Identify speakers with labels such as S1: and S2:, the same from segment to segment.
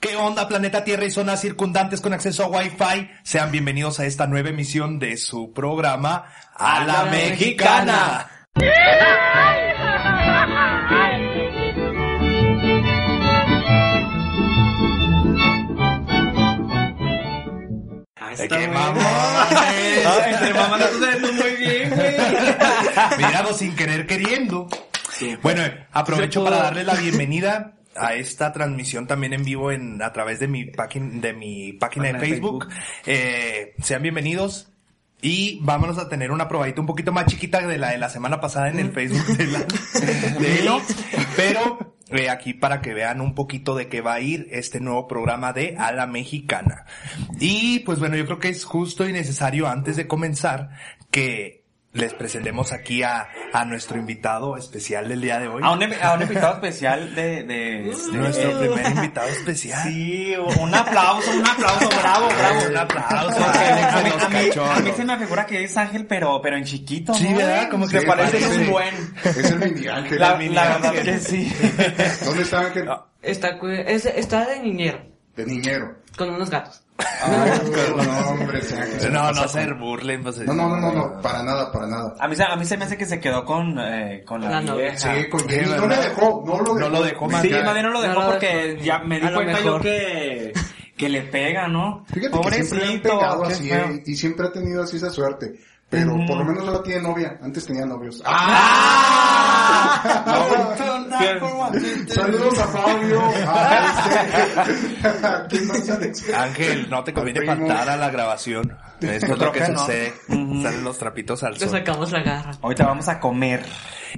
S1: ¿Qué onda, planeta Tierra y zonas circundantes con acceso a Wi-Fi? Sean bienvenidos a esta nueva emisión de su programa A la, Mexicana.
S2: Ah,
S1: Ay,
S2: está
S1: ¡Qué
S2: bueno.
S1: mamón!
S2: Ay, te mamaste tú de tú muy bien, güey.
S1: Mirado sin querer queriendo.
S2: Sí.
S1: Bueno, eh, aprovecho
S2: Yo puedo-
S1: para darle la bienvenida a esta transmisión también en vivo en a través de mi página de mi página de
S2: Página de
S1: Facebook. Eh, sean bienvenidos y vámonos a tener una probadita un poquito más chiquita de la de la semana pasada en el Facebook de, la- de Elo. pero eh, aquí para que vean un poquito de qué va a ir este nuevo programa de A la Mexicana. Y pues bueno, yo creo que es justo y necesario antes de comenzar que les presentemos aquí a, a nuestro invitado especial del día de hoy.
S2: A un, em- a un invitado especial de... de, de-
S1: Nuestro primer invitado especial.
S2: Sí, un aplauso, un aplauso, bravo, bravo.
S1: Un aplauso.
S2: Porque
S1: Alex
S2: a, mí,
S1: de los
S2: a mí-
S1: cachorros.
S2: a mí se me figura que es Ángel, pero, pero en chiquito,
S1: Sí,
S2: ¿no?
S1: ¿verdad? Como que
S2: Me
S1: parece
S2: parece un
S1: ese.
S2: buen...
S3: Es el mini ángel.
S2: La,
S1: mini
S2: la verdad
S1: Ángel.
S2: que sí.
S3: ¿Dónde está Ángel?
S4: Está, cu- es- está de niñero,
S3: De niñero.
S4: con unos gatos.
S3: Ay, perdón, hombre, ese Ángel se
S1: No,
S3: la
S1: no
S3: pasa
S1: hacer
S3: con-
S1: burlen. Pues,
S3: No, no, no, no, no, para nada, para nada.
S2: A mí, se- a mí se me hace que se quedó con, eh, con la,
S4: La novia.
S2: vieja.
S3: Sí, oh con
S1: Sí,
S3: Jenny. No le
S1: Ah, ¿verdad?
S3: dejó, no lo
S1: No
S3: dejó.
S1: lo dejó,
S3: Me
S1: man.
S2: Sí,
S3: cae.
S2: más bien no lo dejó
S4: No lo
S2: porque
S4: dejó.
S2: ya me di
S4: A lo
S2: cuenta yo
S4: mejor.
S2: que, que le pega, ¿no?
S3: Fíjate que siempre le han pegado
S2: qué
S3: así,
S2: feo.
S3: eh, y siempre ha tenido así esa suerte. Pero por lo menos ahora tiene novia. Antes tenía novios.
S2: Ah,
S3: Saludos a Fabio. A este. ¿A quién más, Alex?
S1: Ángel, no te conviene
S3: Primo.
S1: faltar a la grabación. Esto es lo que
S2: que no.
S1: sucede. Salen los trapitos al
S4: Le
S1: sol.
S4: sacamos la garra.
S2: Ahorita vamos a comer.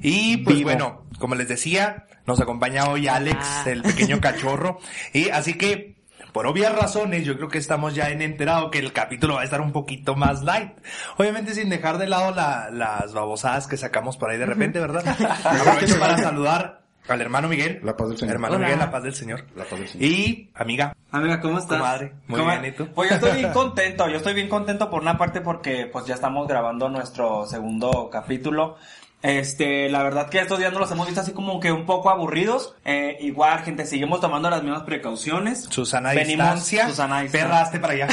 S1: Y pues
S2: Vivo.
S1: bueno, como les decía, nos acompaña hoy Alex,
S4: Ah.
S1: el pequeño cachorro. Y así que, por obvias razones, yo creo que estamos ya en enterado que el capítulo va a estar un poquito más light. Obviamente sin dejar de lado la- las babosadas que sacamos por ahí de repente, ¿verdad? Aprovecho para saludar al hermano Miguel.
S3: La paz del Señor.
S1: Hermano
S4: Hola.
S1: Miguel, la paz del Señor.
S3: La paz del Señor.
S1: Y amiga,
S2: Amiga, ¿cómo estás?
S1: Comadre, muy
S2: Comadre.
S1: bien, ¿y tú?
S2: Pues yo estoy bien contento, yo estoy bien contento por una parte porque pues ya estamos grabando nuestro segundo capítulo. Este, la verdad que estos días nos los hemos visto así como que un poco aburridos. Eh, igual, gente, seguimos tomando las mismas precauciones.
S1: Susana
S2: Venimos,
S1: Distancia.
S2: Susana Distancia.
S1: Perraste para allá.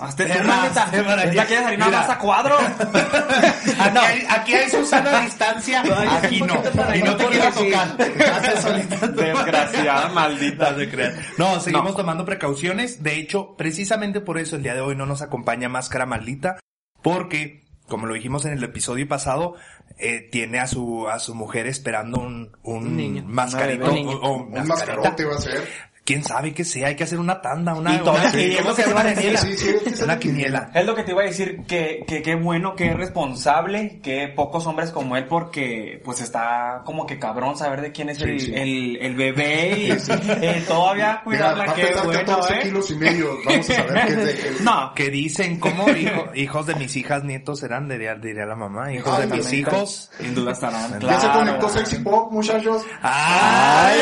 S2: Hazte tú,
S1: Perra,
S2: manita.
S1: hazte para allá.
S2: ¿Esta quieres harina
S1: Mira.
S2: más a cuadro?
S1: Aquí, hay, aquí hay Susana a distancia, aquí no. Y no te quiero tocar. Hazte solita.
S2: Desgraciada, maldita.
S1: No se crean. No, seguimos tomando precauciones. De hecho, precisamente por eso el día de hoy no nos acompaña Máscara Maldita, porque, como lo dijimos en el episodio pasado, eh, tiene a su, a su mujer esperando un, un
S4: Un niño.
S1: mascarito
S4: Un niño.
S1: o- o
S3: Un
S1: mascarita.
S3: mascarote va a ser.
S1: Quién sabe qué sea, hay que hacer una tanda, una,
S2: Y todo-
S1: una-
S2: y
S1: ¿cómo
S2: hemos
S1: se
S2: hecho
S1: llama?
S2: una
S1: Quiniela.
S3: Sí, sí, es
S1: una
S3: una
S1: quiniela.
S2: Es lo que te iba a decir, que que qué bueno, que es responsable, que pocos hombres como él, porque pues está como que cabrón saber de quién es el,
S3: sí.
S2: El, el bebé y eh, todavía
S3: Mira,
S2: cuidarla,
S3: va a
S2: qué
S3: pesar
S2: bueno,
S3: 14
S2: ¿eh?
S3: kilos y medio. Vamos pues, a saber qué es de él.
S2: No,
S1: que dicen como hijo- hijos de mis hijas, nietos serán, diría, diría la mamá, hijos de mis
S3: Exactamente.
S1: hijos.
S2: sin duda estarán,
S3: Ya se
S2: claro.
S3: conectó Sexy Pop, "Oh, muchachos.
S1: ¡Ay!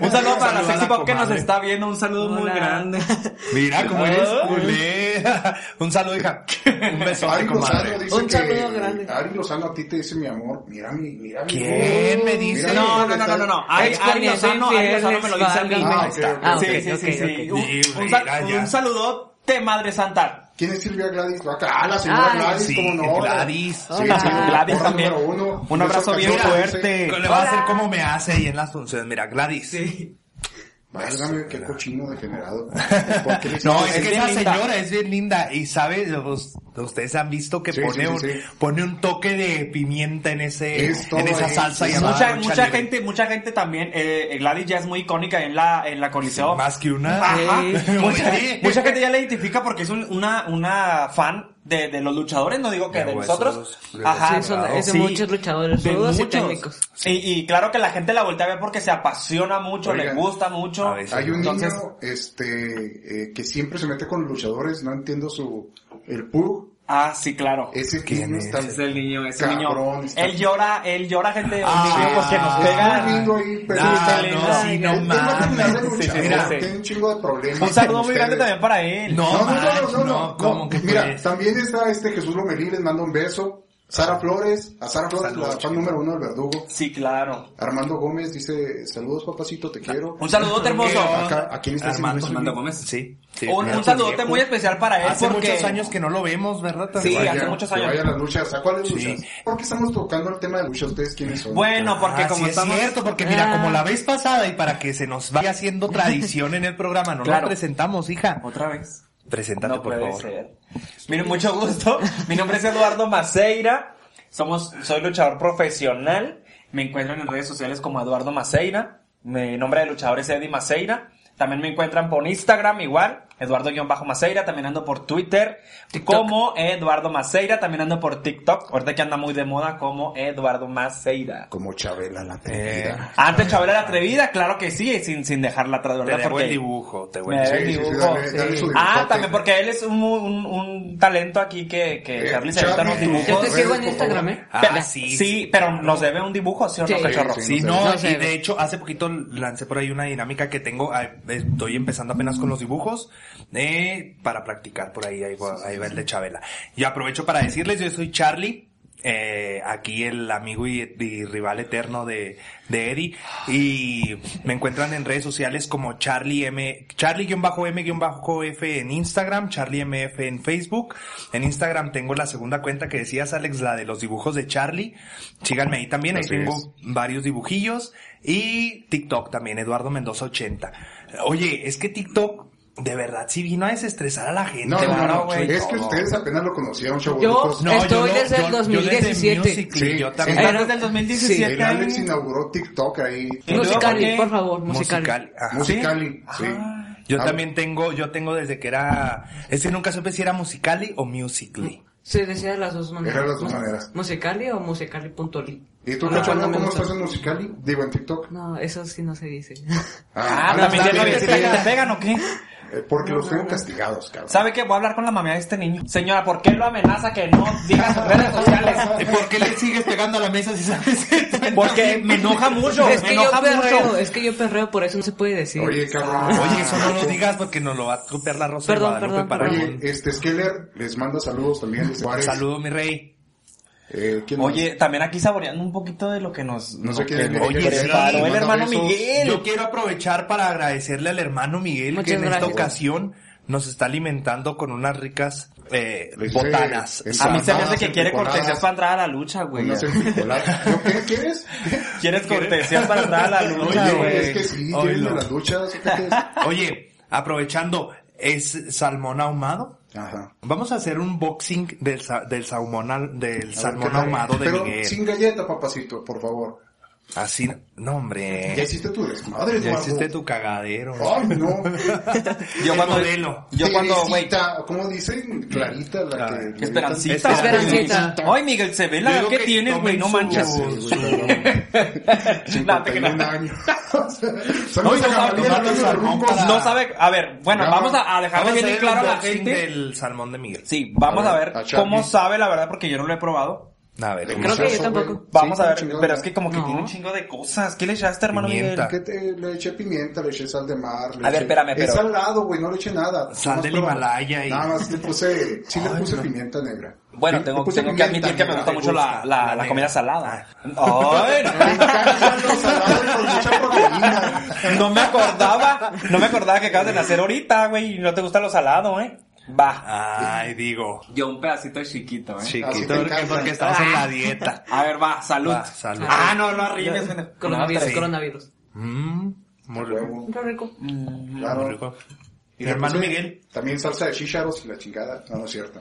S2: Un saludo para la
S1: Saluda a
S2: sexy pop que nos
S1: comadre.
S2: está viendo, un saludo muy
S4: Hola.
S2: grande.
S1: Mira cómo eres
S2: Ay.
S1: culé. Un saludo, hija. Un besote,
S3: Ari Lozano
S1: comadre.
S3: dice
S4: Un
S3: que
S4: saludo grande.
S3: Ari Lozano a ti te dice mi amor. Mira mi, mira mi.
S1: ¿Quién me dice?
S2: No, no, no, no, no, no. Ay, ay,
S4: Exponiendo
S2: Lozano, ay, Lozano
S4: infieles,
S2: me lo dice alguien.
S3: Ah,
S4: válgame.
S3: ok, ok.
S4: Ah,
S2: Sí,
S4: ok,
S2: sí,
S4: ok,
S2: sí, sí.
S4: ok.
S2: Un, un, sal-
S1: Mira, ya.
S2: un saludote, Madre Santa.
S3: ¿Quién es Silvia Gladys? Ah, la señora
S4: Ay,
S3: Gladys,
S1: sí,
S3: cómo no.
S1: Gladys.
S3: Sí,
S4: Hola.
S3: sí,
S2: Gladys
S3: porra
S2: también.
S3: número uno.
S2: Un abrazo
S3: Beso
S2: bien
S3: cachorro,
S2: fuerte.
S3: sí.
S1: Le va Eh, a hacer como me hace ahí en las funciones. Mira, Gladys.
S3: Válgame, qué cochino degenerado. ¿Por qué le
S1: No,
S3: hiciste
S1: es que
S2: bien
S1: esa
S2: linda.
S1: señora es bien linda y sabe, los- ustedes han visto que
S3: Sí,
S1: pone,
S3: sí, sí,
S1: un,
S3: sí.
S1: pone un toque de pimienta en ese,
S3: Es todo
S1: en esa
S3: ahí.
S1: salsa
S3: Sí,
S1: llamada
S2: mucha,
S1: lucha
S2: mucha
S1: libre.
S2: gente, mucha gente también, eh, Gladys ya es muy icónica en la, en la Coliseo.
S1: Más que una.
S2: Ajá.
S4: Sí.
S2: Mucha,
S1: Oye.
S2: mucha gente ya la identifica porque es un- una, una fan de, de los luchadores, no digo que
S1: De
S2: de,
S1: huesos,
S2: nosotros.
S3: de
S2: Ajá.
S4: Sí, son- es de muchos luchadores,
S2: de
S4: rudos y
S2: muchos.
S4: técnicos.
S2: Y, y claro que la gente la voltea a ver porque se apasiona mucho, le
S3: Oigan,
S2: gusta mucho.
S1: a veces.
S3: Hay un
S2: Entonces-
S3: niño este, eh, que siempre se mete con los luchadores, no entiendo su... El pug,
S2: Ah, sí, claro.
S3: ese
S1: ¿Quién
S3: niño
S1: es?
S3: está...
S2: Es el niño, ese
S3: Cabrón,
S2: niño.
S3: está-
S2: Él llora, él llora gente
S1: Ah,
S2: niño, porque nos pega.
S3: Está viendo ahí, pero
S1: Ah,
S3: está
S1: no, sí, no
S3: Él va a terminar de
S1: mames.
S3: luchar,
S1: Sí, sí, sí,
S3: mira,
S1: sí.
S3: Tiene un chingo de problemas.
S2: Un saludo muy
S3: con
S2: grande
S3: ustedes.
S2: también para él.
S1: No,
S3: No, no,
S1: man,
S3: no, no, no,
S1: no, ¿cómo que
S3: Mira,
S1: crees?
S3: también está este Jesús Lomelí, les mando un beso. Sara Flores, a Sara Flores,
S1: Saludos,
S3: la fan número uno del verdugo.
S2: Sí, claro.
S3: Armando Gómez dice, saludos papacito, te quiero. Eh,
S2: Un saludote hermoso.
S3: Acá, este ¿a quién está
S1: Armando, Armando
S3: haciendo eso?
S1: Gómez. Sí. sí
S2: un,
S1: Mira, pues,
S2: un saludote
S1: viejo.
S2: muy especial para él
S1: Hace
S2: porque
S1: muchos años que no lo vemos, ¿verdad?
S2: Sí,
S3: Que
S1: Vaya.
S2: hace muchos
S3: que
S2: años.
S3: vaya a las luchas. ¿A cuáles
S1: Sí.
S3: luchas? ¿Por qué estamos tocando el tema de lucha? ¿Ustedes quiénes son?
S2: bueno, porque
S1: Ah,
S2: como
S1: sí,
S2: estamos
S1: es cierto, porque mira,
S4: Ah.
S1: como la vez pasada y para que se nos vaya haciendo tradición en el programa, no
S2: Claro.
S1: la presentamos, hija.
S2: otra vez.
S1: Preséntate,
S2: no
S1: por
S2: puede
S1: favor.
S2: ser. Miren, mucho gusto. Mi nombre es Eduardo Maceira. Somos, soy luchador profesional. Me encuentran en redes sociales como Eduardo Maceira. Mi nombre de luchador es Eddie Maceira. También me encuentran por Instagram igual, Eduardo-Maceira. También ando por Twitter
S4: TikTok.
S2: como Eduardo Maceira. También ando por TikTok. Ahorita que anda muy de moda como Eduardo Maceira.
S3: Como Chabela la perdida.
S2: Antes Chabela la atrevida, claro que sí, sin, sin dejarla atrás,
S1: Te
S2: ¿verdad?
S1: debo el
S2: Porque-
S1: dibujo, te debo
S2: me
S1: el
S2: da
S3: Sí,
S2: el
S3: sí, sí,
S2: dibujo,
S3: dale,
S2: sí.
S3: dale su
S2: Ah,
S3: dibujote.
S2: también porque él es un, mu- un, un talento aquí que, que
S3: Eh,
S2: Charlie se aventa
S3: Charlie,
S2: unos
S3: tú-
S4: Yo te
S2: dibujos.
S3: Redes,
S4: sigo en
S3: por
S4: Instagram,
S3: favor.
S4: ¿eh?
S1: Ah,
S2: Pero-
S1: sí,
S2: Sí, pero nos debe un dibujo, ¿sí o no,
S4: Sí.
S2: cachorro?
S3: Sí,
S1: Sí,
S3: Sí,
S1: no,
S4: no sé.
S1: y de hecho hace poquito lancé por ahí una dinámica que tengo, ah, estoy empezando apenas con los dibujos, eh, para practicar por ahí, ahí va, ahí va el de Chabela. Y aprovecho para decirles, yo soy Charlie, eh, aquí el amigo y, y rival eterno de, de Eddie, y me encuentran en redes sociales como Charlie M, Charlie-M-F en Instagram, Charlie MF en Facebook, en Instagram tengo la segunda cuenta que decías Alex, la de los dibujos de Charlie, síganme ahí también, ahí
S3: Así
S1: tengo
S3: es.
S1: varios dibujillos y TikTok también, Eduardo Mendoza 80. Oye, es que TikTok de verdad sí vino a desestresar a la gente,
S3: No, no,
S1: ¿verdad,
S3: no,
S1: güey?
S3: es que ustedes apenas lo conocieron, chavos.
S4: Yo- Estoy desde el 2017.
S1: Musical.ly,
S3: Sí,
S1: yo
S3: sí.
S1: también.
S2: Estás desde el 2017.
S3: El Alex inauguró TikTok ahí.
S2: Sí.
S4: Musicali,
S2: Porque-
S4: por favor, musicali.
S1: Musical.ly, ajá.
S3: Musicali, sí.
S1: Yo
S3: Ah,
S1: también tengo, yo tengo desde que era, es que nunca supe si era Musicali o Musically.
S4: Se decía de las dos maneras.
S3: Era las dos
S4: ¿no?
S3: maneras.
S4: Musicali o musicali.li.
S3: ¿Y tú,
S4: La
S3: Cacho,
S4: cual no me
S3: cómo
S4: gusta.
S3: estás en Musicali? Digo, en TikTok.
S4: No, eso sí no se dice.
S2: Ah,
S3: no,
S2: también
S3: no,
S2: ya no
S3: sí,
S2: ves
S3: sí,
S2: que
S3: sí.
S2: te pegan o qué.
S3: Eh, Porque los tengo castigados, cabrón.
S2: ¿Sabe qué? Voy a hablar con la mamá de este niño. Señora, ¿por qué lo amenaza que no diga sus redes sociales?
S1: ¿Por qué le sigues pegando a la mesa si sabes esto?
S2: Porque me enoja mucho,
S4: es
S2: me
S4: que yo
S2: enoja
S4: perreo,
S2: mucho.
S4: es que yo perreo, por eso no se puede decir.
S3: Oye, cabrón.
S1: Oye, eso no lo digas porque nos lo va a copiar la Rosa de
S4: Perdón,
S1: Guadalupe
S4: perdón,
S1: para
S3: Oye, este Skeller les manda saludos también desde Juárez.
S1: Saludo, mi rey.
S3: Eh, ¿quién más?
S2: Oye, también aquí saboreando un poquito de lo que nos...
S3: No sé
S2: lo
S3: quién
S2: que
S3: es
S2: nos
S3: Miguel,
S1: sí,
S2: preparó el
S3: manda
S2: hermano
S3: besos.
S2: Miguel.
S1: Yo quiero aprovechar para agradecerle al hermano Miguel
S4: Muchas
S1: que en esta
S4: gracias.
S1: ocasión nos está alimentando con unas ricas eh,
S3: Les dice,
S1: botanas.
S3: es-
S2: A mí se me hace
S3: Empanadas,
S2: que quiere
S3: empanadas.
S2: cortesías para entrar a la lucha, güey.
S3: Unas en chocolate. ¿Yo qué quieres?
S2: Quieres cortesías para entrar a la lucha,
S3: Oye,
S2: güey.
S3: es que sí,
S1: Oye,
S3: tienen
S1: no.
S3: las duchas. ¿qué quieres?
S1: Oye, aprovechando, ¿es salmón ahumado?
S3: Ajá.
S1: Vamos a hacer un boxing del, sa- del, salmón al- del
S3: A ver,
S1: salmón
S3: ¿qué tal?
S1: ahumado de
S3: Pero
S1: Miguel.
S3: sin galleta, papacito, por favor.
S1: Así, no
S3: Ya
S1: hombre.
S3: hiciste tu Oh, desmadre,
S1: Ya
S3: Eduardo.
S1: hiciste tu cagadero.
S3: Ay, no.
S1: Yo
S2: cuando-
S1: modelo.
S2: Yo cuando, güey,
S3: Teresita, ¿Cómo dicen? Clarita, la
S1: Ah,
S3: que...
S2: Esperancita.
S4: Esperancita.
S2: Ay, Miguel, se ve
S1: Yo
S2: la
S1: digo
S2: que
S1: que
S2: tienes, güey,
S1: tomen
S2: no
S1: su-
S3: Ya
S2: manches.
S3: sé,
S1: Su-
S3: güey, perdón.
S2: No, te
S3: 51
S2: creas.
S3: años.
S1: Hoy
S3: Saludos
S1: nos
S3: a
S1: va a
S3: Gabriela,
S1: tomar
S3: los
S1: el salmón
S3: rucos.
S1: para-
S2: No sabe, a ver, bueno,
S3: Ya.
S2: vamos a, a dejarle
S1: Vamos a
S2: bien en
S1: hacer
S2: claro a
S1: el
S2: la
S1: boxing
S2: gente.
S1: del salmón de Miguel.
S2: Sí, vamos
S3: A
S2: a
S3: ver,
S2: ver,
S3: a Charlie.
S2: cómo sabe, la verdad, porque yo no lo he probado.
S1: A ver,
S3: Creo
S1: ¿cómo se
S4: Creo que
S3: Muchacho,
S4: yo tampoco.
S3: güey.
S2: Vamos
S3: Sí,
S2: a ver,
S3: chingón,
S2: pero
S3: ya.
S2: es que como que
S4: No.
S2: tiene un chingo de cosas. ¿Qué le echaste, hermano
S1: Pimienta.
S2: Miguel?
S3: Que te- le eché pimienta, le eché sal de mar. le
S2: A ver,
S3: eché-
S2: espérame, pero-
S3: Es salado, güey, no le eché nada.
S1: Sal
S3: Nomás
S1: del
S3: prueba.
S1: Himalaya y-
S3: Nada más le puse, sí le
S1: Ay,
S3: puse
S1: no.
S3: pimienta negra.
S2: Bueno,
S3: Sí,
S2: tengo,
S3: le puse
S2: tengo que
S3: pimienta
S2: admitir que me
S3: negra.
S2: gusta mucho la,
S1: gusta,
S2: la,
S1: la
S2: la
S1: negra.
S2: comida salada. Ay,
S3: Me encantan los salados con mucha proteína.
S2: No me acordaba, no me acordaba que acabas de nacer ahorita, güey, y no te gusta lo salado, ¿eh? Va.
S1: Ay, digo.
S2: Yo un pedacito chiquito, ¿eh?
S3: Así
S1: Chiquito,
S3: te
S1: porque,
S3: encanta.
S1: porque estamos en la dieta.
S2: A ver, va, salud.
S1: Va, salud.
S2: Ah, no, no arrimes. güey.
S4: Coronavirus,
S1: Sí.
S4: coronavirus.
S1: Mm, muy rico.
S3: Huevo,
S4: Está rico.
S3: claro.
S1: Muy rico. Mi
S3: le
S1: hermano
S3: puse
S1: Miguel.
S3: También salsa de chícharos y la chingada. No, no es cierto.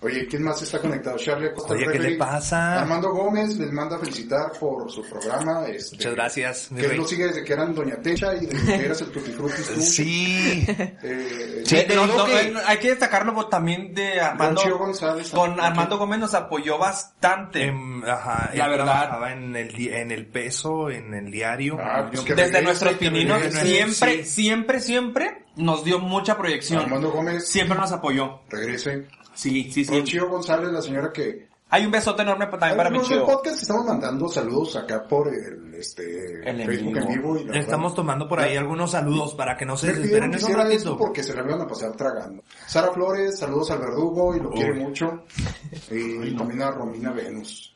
S3: Oye, ¿quién más está conectado? Charlie Acosta
S1: Oye, ¿qué
S3: Referee.
S1: le pasa?
S3: Armando Gómez les manda a felicitar por su programa. este,
S1: Muchas gracias, mi
S3: Que él
S1: rey.
S3: lo sigue desde que eran Doña Techa y desde que eras el Tutti Frutti tú.
S1: Sí.
S3: Eh,
S1: Sí,
S2: Eh,
S1: te
S2: no,
S1: digo
S2: no,
S1: que-
S2: eh, Hay que destacarlo pues, también de Armando.
S3: Chio González.
S2: Con Armando Gómez nos apoyó bastante.
S1: Em, ajá,
S2: La
S1: él
S2: verdad.
S1: trabajaba en el, di- en el peso, en el diario.
S3: Ah, pues
S1: Yo-
S3: qué
S2: desde
S3: regrese,
S2: nuestros
S3: que
S2: pininos,
S3: regrese.
S2: siempre,
S1: sí.
S2: siempre, siempre nos dio mucha proyección.
S3: eh, Armando Gómez,
S2: Siempre nos apoyó.
S3: regrese.
S2: Sí, sí, sí.
S3: Con Chio González, la señora que...
S2: Hay un besote enorme pa- también para
S3: Ay,
S2: mi
S3: no, en el
S2: chido.
S3: podcast estamos mandando saludos acá por el este,
S2: El en
S3: Facebook
S2: vivo.
S3: en vivo. y la
S1: Estamos
S3: verdad,
S1: tomando por ahí algunos saludos para que no se
S3: me
S1: desesperen
S3: pidieron que
S1: en un
S3: hiciera esto
S1: ratito.
S3: porque se la iban a pasar tragando. Sara Flores, saludos al verdugo y lo quiere mucho. Y también a Romina Venus,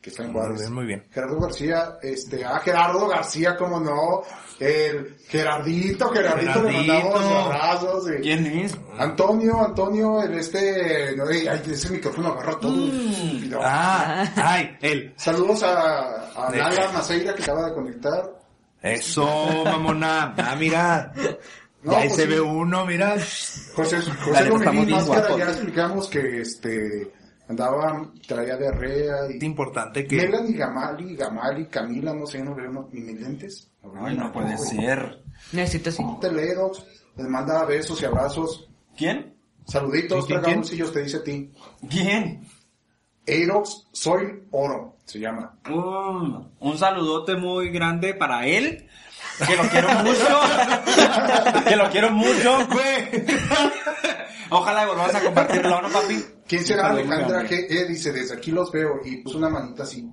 S3: que está en
S1: Muy
S3: Juárez.
S1: bien, muy bien.
S3: Gerardo García, este, ah, Gerardo García, como no, el Gerardito, Gerardito, le
S1: Gerardito.
S3: mandamos abrazos. y-
S2: ¿Quién es?
S3: Antonio, Antonio, el este, no, eh, ay, ese micrófono agarra todo. estúpido.
S1: Ah, ay, él.
S3: Saludos a, a
S1: De-
S3: Nala Maceira que acaba de conectar.
S1: Eso, mamona. Ah, mira.
S3: No,
S1: Ya ahí
S3: pues
S1: se
S3: sí.
S1: ve uno, mira.
S3: José, José
S2: Dale,
S3: Dominín
S2: estamos bien
S3: Máscara,
S2: guapos.
S3: ya explicamos que este andaba, traía diarrea y...
S1: Es importante que...
S3: Melanie Gamali, Gamali, Camila, no sé, no veo no, ni mis lentes.
S2: Ay, no puede ser.
S4: Necesito sí.
S3: Telero, les manda besos y abrazos.
S2: ¿Quién?
S3: Saluditos,
S1: ¿Quién, quién,
S3: tragamoncillos, te dice a ti.
S2: ¿Quién?
S3: Eirox, soy oro, se llama.
S2: Un, Mm, un saludote muy grande para él. Que lo quiero mucho. que lo quiero mucho, güey. Ojalá volvamos a compartirlo, ¿no, papi?
S3: ¿Quién será
S2: Saludos,
S3: Alejandra
S2: grande.
S3: G.E.? Dice, desde aquí los veo. Y puso una manita así.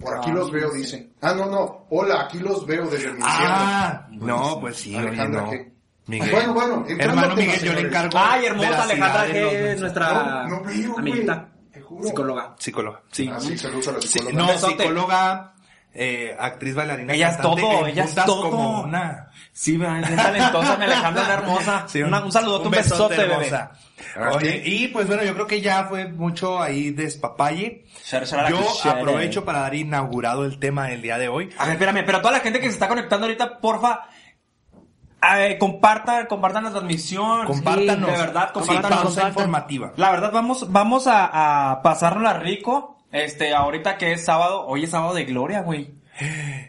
S3: Por aquí
S2: Ah,
S3: los veo,
S2: sí.
S3: dice. Ah, no, no. Hola, aquí los veo desde el
S1: Ah, no, pues sí, oye,
S3: Alejandra
S1: no.
S3: G.
S1: Miguel.
S3: Bueno, bueno, entrando
S1: Hermano
S3: al tema,
S1: Miguel, yo le
S3: señores.
S1: encargo.
S2: Ay, hermosa
S1: veracidad
S2: Alejandra,
S1: en
S2: que
S1: los mensajes.
S2: es nuestra
S3: No, no veo, güey.
S2: ah, amiguita,
S3: Te juro.
S2: psicóloga.
S1: Psicóloga, sí.
S3: Ah, sí, saludos a la
S1: Sí,
S3: psicóloga.
S1: no,
S2: Besote.
S1: psicóloga, eh, actriz, bailarina,
S2: Ella es
S1: cantante,
S2: todo,
S1: en
S2: ella es
S1: puntas
S2: todo.
S1: como una...
S2: Sí, vean, es talentosa, mi Alejandra es hermosa.
S1: Sí,
S2: Una- un, saludote, un, besote, bebé.
S1: hermosa.
S3: Ah,
S1: Oye, y pues bueno, yo creo que ya fue mucho ahí despapalle.
S2: Shara, shara,
S1: Yo
S2: que shara.
S1: aprovecho para dar inaugurado el tema del día de hoy.
S2: A ver, espérame, pero toda la gente que se está conectando ahorita, porfa, eh, compartan, compartan la transmisión.
S1: Compártanos.
S2: Sí, de verdad,
S1: Sí,
S2: compártanos.
S1: pausa informativa.
S2: La verdad, vamos, vamos a, a pasárnosla rico. Este, ahorita que es sábado, hoy es sábado de gloria, güey.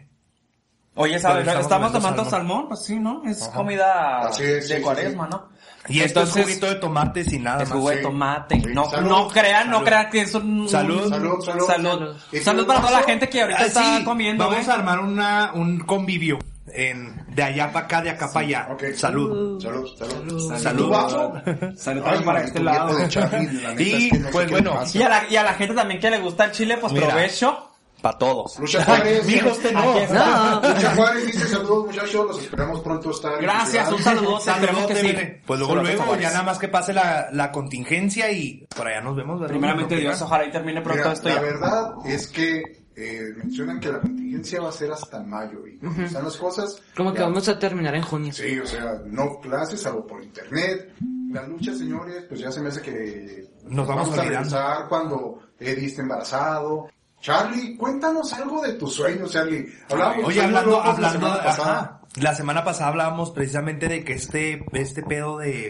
S2: Hoy es sábado, de
S1: Pero
S2: gloria. estamos
S1: estamos
S2: tomando
S1: comiendo
S2: salmón. pues sí, ¿no? Es comida
S3: Así es,
S2: de
S3: sí,
S2: cuaresma, ¿no?
S1: Y esto es juguito de tomate sin nada
S2: es
S1: más.
S2: jugo de
S3: sí.
S2: tomate.
S3: Sí,
S2: No,
S3: salud,
S2: no crean, no
S3: salud.
S2: crean que es un...
S1: Salud.
S3: Salud,
S2: Salud.
S3: salud.
S2: Salud,
S3: Y si un
S2: para toda la
S3: vaso-
S2: gente que ahorita
S1: Ah,
S2: está
S1: sí,
S2: comiendo, ¿eh?
S1: Vamos
S2: güey.
S1: a armar una, un convivio en, de allá para acá, de acá para allá.
S3: Ok.
S1: Salud.
S3: Salud, salud.
S4: Salud.
S3: ¿Tu
S1: Salud.
S3: vaso?
S2: Salud
S3: Ay,
S2: para
S3: man,
S2: este
S3: tu
S2: lado.
S3: dieta de Charlie, la neta,
S1: Y,
S3: es que no sé
S1: pues,
S3: qué
S1: bueno,
S3: le pasa.
S2: Y a, la, y a la gente también que le gusta el chile, pues
S1: Mira.
S2: provecho. Para todos.
S3: Lucha Juárez.
S1: Mijo, usted no.
S2: Aquí está.
S3: Lucha Juárez dice saludos muchachos, los esperamos pronto estar. en
S2: Gracias,
S3: su
S2: un
S3: ciudad".
S2: saludote, esperemos que
S1: Saludote,
S2: sí.
S1: mire. Pues luego,
S2: Saludote,
S1: luego,
S2: Juárez.
S1: ya nada más que pase la, la contingencia y por allá nos vemos. ¿verdad?
S2: Primeramente Dios, ojalá y termine pronto
S3: Mira,
S2: esto
S3: la
S2: ya.
S3: verdad es que eh, mencionan que la contingencia va a ser hasta mayo y como están las cosas.
S4: Como que
S3: ya-
S4: vamos a terminar en junio.
S3: Sí, o sea, no clases, salvo por internet. Las luchas, señores, pues ya se me hace que
S1: Nos vamos
S3: a
S1: olvidando.
S3: regresar cuando Eddie esté embarazado. Charlie, cuéntanos algo de tus sueños, Charlie. Hablábamos de
S1: Oye,
S3: sueños
S1: hablando,
S3: locos la
S1: hablando,
S3: semana
S1: ajá.
S3: pasada.
S1: la semana pasada hablábamos precisamente de que este, este pedo de,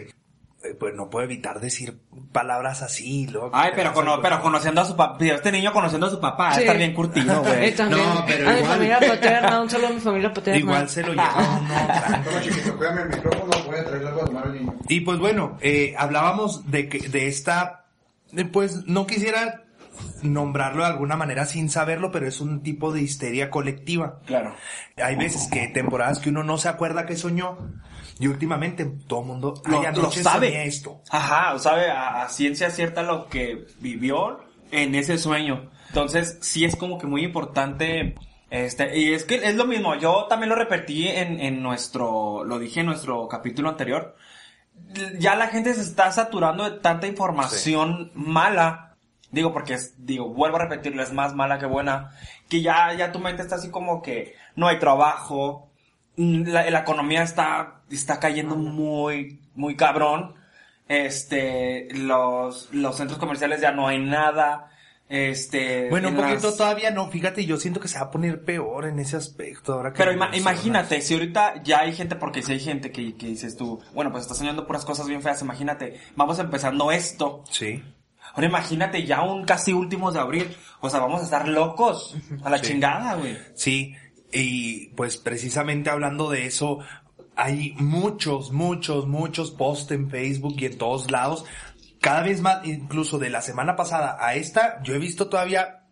S1: eh, pues no puedo evitar decir palabras así, luego-
S2: Ay, pero, cono- pero conociendo a su papá, este niño conociendo a su
S1: Ah,
S2: papá,
S4: Sí.
S2: está bien curtido,
S4: Eh,
S2: güey.
S4: también.
S1: No, pero
S4: a mi
S1: igual.
S4: familia paterna, un saludo a mi familia paterna.
S1: Igual se lo
S2: Ah.
S1: lleva uno, tanto.
S3: Toma, chiquito, cuídame el micrófono, voy a traerle algo de tomar al niño.
S1: Y pues bueno, eh, hablábamos de que, de esta, eh, pues no quisiera nombrarlo de alguna manera sin saberlo, pero es un tipo de histeria colectiva.
S2: Claro.
S1: Hay veces que temporadas que uno no se acuerda que soñó y últimamente todo el mundo
S2: Lo,
S1: "Ay,
S2: lo
S1: anoche soñé
S2: sabe.
S1: esto.
S2: Ajá, o sabe a, a ciencia cierta lo que vivió en ese sueño. Entonces, sí es como que muy importante. Este, y es que es lo mismo, yo también lo repetí en, en nuestro, lo dije en nuestro capítulo anterior. Ya la gente se está saturando de tanta información mala. Digo, porque es, digo, vuelvo a repetirlo, es más mala que buena. Que ya, ya tu mente está así como que no hay trabajo. mm, La, la economía está, está cayendo muy, muy cabrón. Este, los, los centros comerciales ya no hay nada. Este.
S1: Bueno, un
S2: en
S1: poquito
S2: las-
S1: todavía no, fíjate, yo siento que se va a poner peor en ese aspecto ahora que
S2: Pero
S1: lo
S2: ima-
S1: mencionas.
S2: imagínate, si ahorita ya hay gente, porque si hay gente que, que dices tú, bueno, pues estás soñando puras cosas bien feas, imagínate, vamos empezando esto.
S1: Sí.
S2: Ahora imagínate ya un casi últimos de abril. O sea, vamos a estar locos. A la
S1: Sí.
S2: chingada, güey.
S1: Sí, y pues precisamente hablando de eso, hay muchos, muchos, muchos posts en Facebook y en todos lados. Cada vez más, incluso de la semana pasada a esta, yo he visto todavía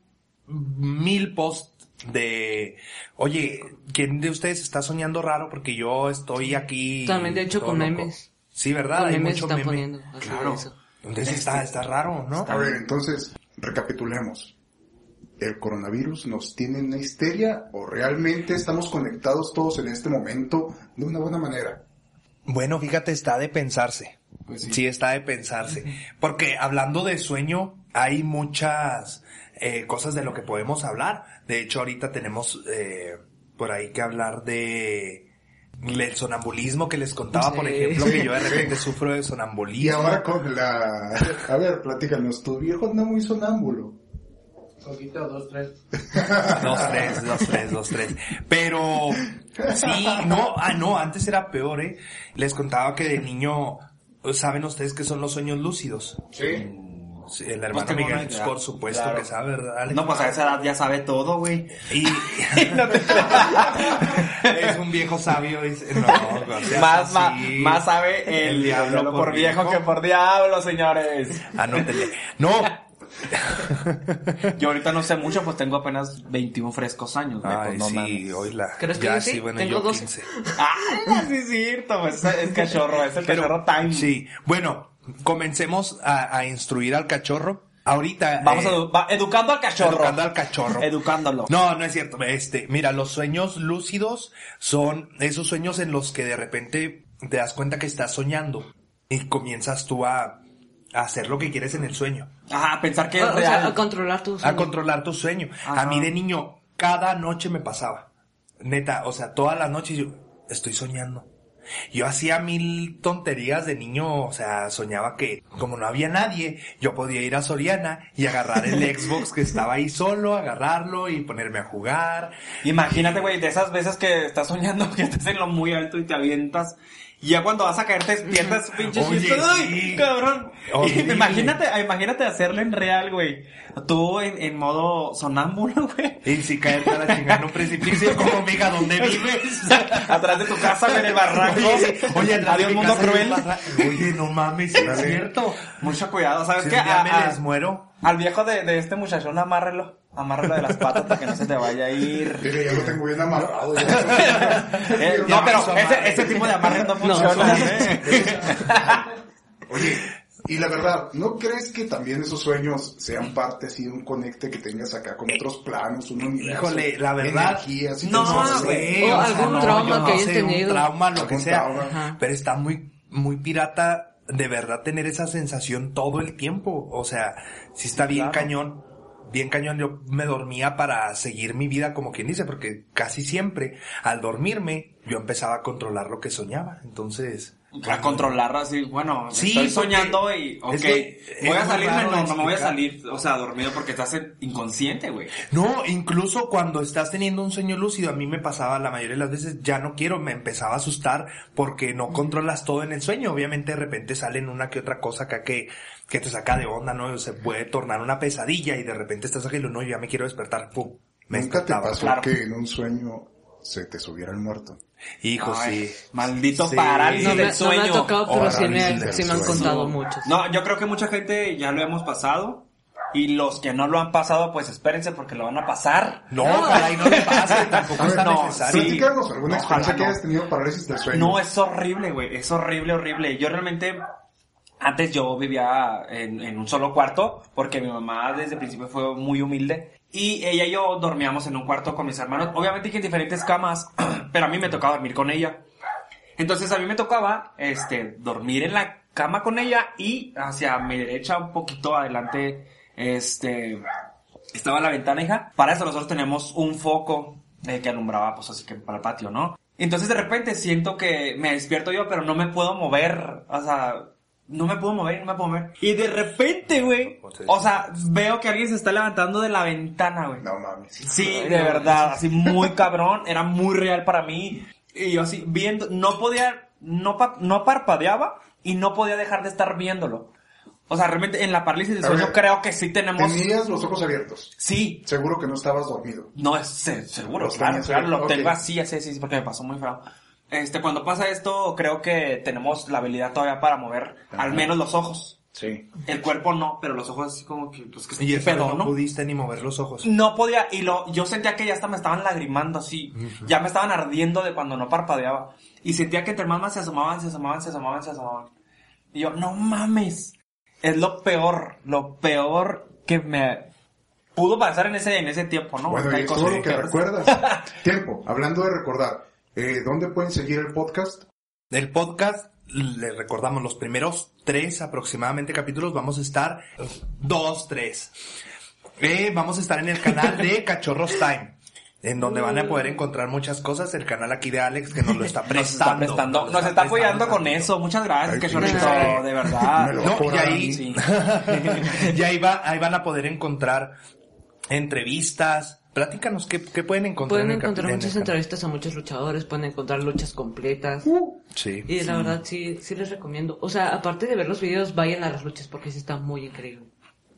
S1: mil posts de, oye, ¿quién de ustedes está soñando raro? Porque yo estoy aquí.
S4: También, de hecho,
S1: todo
S4: con
S1: loco".
S4: memes.
S1: Sí, ¿verdad?
S4: Con
S1: Hay
S4: memes
S1: mucho
S4: están
S1: meme.
S4: poniendo. así de
S1: Claro.
S4: eso.
S1: Entonces está, está raro, ¿no?
S3: A ver, entonces, recapitulemos. ¿El coronavirus nos tiene en una histeria o realmente estamos conectados todos en este momento de una buena manera?
S1: Bueno, fíjate, está de pensarse.
S3: Pues sí.
S1: sí. está de pensarse. Porque hablando de sueño, hay muchas eh, cosas de lo que podemos hablar. De hecho, ahorita tenemos eh, por ahí que hablar de el sonambulismo que les contaba, por
S4: Sí.
S1: ejemplo, que yo de repente sufro de sonambulismo.
S3: Y ahora con la... A ver, platícanos, tu viejo no muy sonámbulo.
S5: Poquito, dos, tres.
S1: Dos, tres, dos, tres, dos, tres. Pero, sí, no, ah, no, antes era peor, ¿eh? Les contaba que de niño, ¿saben ustedes qué son los sueños lúcidos?
S3: Sí.
S1: Sí, el hermano
S2: qué
S1: Miguel,
S2: buena idea.
S1: por supuesto
S2: Pues Claro.
S1: que sabe, ¿verdad? Alex?
S2: No, pues a esa edad ya sabe todo, güey.
S1: Y es un viejo sabio, dice. No, no seas
S2: Más, ma-
S1: así.
S2: más sabe el, diablo, por viejo, que por diablo, señores.
S1: Anótenle. No.
S2: Yo ahorita no sé mucho, pues tengo apenas 21 frescos años. güey, pues
S1: Ay,
S2: no
S1: sí,
S2: mames.
S1: oíla.
S4: ¿Crees que
S1: Ya,
S4: yo sí?
S1: sí, bueno,
S4: Tengo
S1: yo
S4: 12.
S1: 15.
S2: Ah, sí es cierto, pues es, es cachorro, es el cachorro time.
S1: Sí, bueno, comencemos a, a instruir al cachorro. Ahorita.
S2: Vamos
S1: eh,
S2: a edu- va- educando al cachorro.
S1: Educando al cachorro.
S2: Educándolo.
S1: No, no es cierto. Este, mira, los sueños lúcidos son esos sueños en los que de repente te das cuenta que estás soñando y comienzas tú a, a hacer lo que quieres en el sueño,
S2: Ajá, pensar que
S4: O-
S2: es
S4: o sea,
S2: real.
S4: a controlar tus.
S1: a controlar tu sueño.
S2: Ajá.
S1: A mí de niño, cada noche me pasaba. Neta, o sea, todas las noches yo estoy soñando. Yo hacía mil tonterías de niño, o sea, soñaba que como no había nadie, yo podía ir a Soriana y agarrar el Xbox que estaba ahí solo, agarrarlo y ponerme a jugar.
S2: Imagínate, güey, de esas veces que estás soñando que estás en lo muy alto y te avientas. Y ya cuando vas a caer te despiertas pinche
S1: Oye,
S2: chiste. ¡Ay,
S1: sí.
S2: cabrón!
S1: Horrible.
S2: imagínate, imagínate hacerlo en real, güey. Tú en, en modo sonámbulo, güey.
S1: Y si caerte a la chingada en un precipicio, como mega donde vives.
S2: Atrás de tu casa, güey, en el barranco.
S1: Oye, oye, atrás de
S2: adiós,
S1: mi
S2: mundo
S1: casa hay un
S2: cruel.
S1: barra- Oye, no mames, sí es
S3: Dale.
S1: cierto.
S2: Mucho cuidado, ¿sabes
S1: Si
S2: qué?
S1: un día
S2: A- a-
S1: me les muero.
S2: al viejo de, de este muchachón, amárrelo. Amárrelo de las patas para que no se te vaya a ir.
S3: Mira, ya lo tengo bien amarrado. ya.
S2: Eh, no, pero ese, ese tipo de amarre no funciona. ¿eh?
S3: Oye, y la verdad, ¿no crees que también esos sueños sean parte así de un conecte que tengas acá con otros planos, un universo?
S1: Híjole, la verdad.
S3: energías y
S1: no,
S3: cosas,
S1: güey.
S4: O
S1: sea,
S4: algún
S1: no,
S4: trauma
S1: yo no
S4: que hayas
S1: sé,
S4: tenido.
S1: Un trauma, lo que
S3: Algún
S1: sea.
S3: trauma.
S4: Ajá.
S1: Pero está muy, muy pirata de verdad tener esa sensación todo el tiempo. O sea, sí está bien cañón. Bien cañón, yo me dormía para seguir mi vida como quien dice, porque casi siempre al dormirme yo empezaba a controlar lo que soñaba. Entonces...
S2: A controlar así, bueno,
S1: Sí,
S2: estoy
S1: porque
S2: soñando y, ok,
S1: es que
S2: voy
S1: es
S2: a
S1: muy
S2: salirme,
S1: raro de
S2: no, no me voy a
S1: explicar.
S2: salir, o sea, dormido porque estás en- inconsciente, güey.
S1: No, incluso cuando estás teniendo un sueño lúcido, a mí me pasaba la mayoría de las veces, ya no quiero, me empezaba a asustar porque no controlas todo en el sueño. Obviamente de repente salen una que otra cosa acá que, que te saca de onda, ¿no? Se puede tornar una pesadilla y de repente estás aquí, no, yo ya me quiero despertar, pum. Me
S3: Nunca te
S1: despertaba.
S3: pasó
S2: claro.
S3: que en un sueño se te subiera el muerto.
S1: Hijo,
S2: Ay,
S1: sí.
S2: Maldito
S1: Sí.
S2: parálisis
S4: No me,
S2: del
S4: no me
S2: sueño.
S4: ha tocado, pero sí me,
S3: Parálisis
S4: sí me
S3: del
S4: han
S3: sueño.
S4: contado muchos.
S2: No, yo creo que mucha gente ya lo hemos pasado y los que no lo han pasado, pues espérense porque lo van a pasar.
S1: No, ojalá y no te pase, tampoco está
S2: No,
S1: necesario.
S2: sí.
S3: Platícanos
S2: Ojalá
S3: alguna experiencia que
S2: no.
S3: hayas tenido parálisis del sueño.
S2: No, es horrible, güey. Es horrible, horrible. Yo realmente, antes yo vivía en, en un solo cuarto, porque mi mamá desde el principio fue muy humilde. Y ella y yo dormíamos en un cuarto con mis hermanos, obviamente que en diferentes camas, pero a mí me tocaba dormir con ella. Entonces a mí me tocaba, este, dormir en la cama con ella y hacia mi derecha, un poquito adelante, este, estaba la ventana, hija. Para eso nosotros tenemos un foco eh, que alumbraba, pues así que para el patio, ¿no? Entonces de repente siento que me despierto yo, pero no me puedo mover. O sea, no me puedo mover, no me puedo mover. Y de repente, güey, o sea, veo que alguien se está levantando de la ventana, güey.
S3: No mames.
S2: Sí, de verdad, así muy cabrón, era muy real para mí. Y yo así viendo, no podía, no, pa- no parpadeaba y no podía dejar de estar viéndolo. O sea, realmente en la parálisis del
S3: A ver,
S2: sueño creo que sí tenemos...
S3: Tenías los ojos abiertos.
S2: Sí,
S3: Seguro que no estabas dormido.
S2: No, es se- seguro,
S3: Los
S2: claro,
S3: tenías
S2: claro,
S3: ahí,
S2: lo
S3: ok.
S2: tengo así, así, así, porque me pasó muy feo. Este, cuando pasa esto, creo que tenemos la habilidad todavía para mover al menos los ojos.
S6: Sí.
S2: El cuerpo no, pero los ojos así como que, pues que
S1: Y
S2: qué
S1: esa vez
S2: pedo,
S1: no
S2: ¿no?
S1: pudiste ni mover los ojos.
S2: No podía, y lo, yo sentía que ya hasta me estaban lagrimando así, ya me estaban ardiendo de cuando no parpadeaba. Y sentía que entre más más se asomaban, se asomaban, se asomaban, se asomaban. Y yo, no mames, es lo peor, lo peor que me pudo pasar en ese, en ese tiempo, ¿no?
S3: bueno,
S2: Hay
S3: y es
S2: cosas
S3: todo lo que
S2: peores.
S3: recuerdas. Tiempo, hablando de recordar, eh, ¿dónde pueden seguir el podcast?
S1: Del podcast, les recordamos los primeros tres aproximadamente capítulos, vamos a estar dos, tres. Eh, vamos a estar en el canal de Cachorros Time. En donde van a poder encontrar muchas cosas, el canal aquí de Alex que nos lo está
S2: Uh. Nos está
S1: prestando.
S2: prestando, nos está,
S1: prestando
S2: apoyando con
S1: tantito.
S2: eso. Muchas gracias,
S3: Ay,
S2: que
S3: sí,
S2: sobre
S4: sí.
S2: todo, de verdad.
S3: Me lo
S1: No, y
S3: Por
S1: ahí,
S2: Sí.
S1: y ahí, va, ahí van a poder encontrar entrevistas. Platícanos qué, qué pueden encontrar.
S4: Pueden
S1: en el capi-
S4: encontrar
S1: en el
S4: muchas
S1: canal.
S4: entrevistas a muchos luchadores, pueden encontrar luchas completas.
S1: Sí.
S4: Y la verdad sí, sí les recomiendo. O sea, aparte de ver los videos, vayan a las luchas porque sí está muy increíble.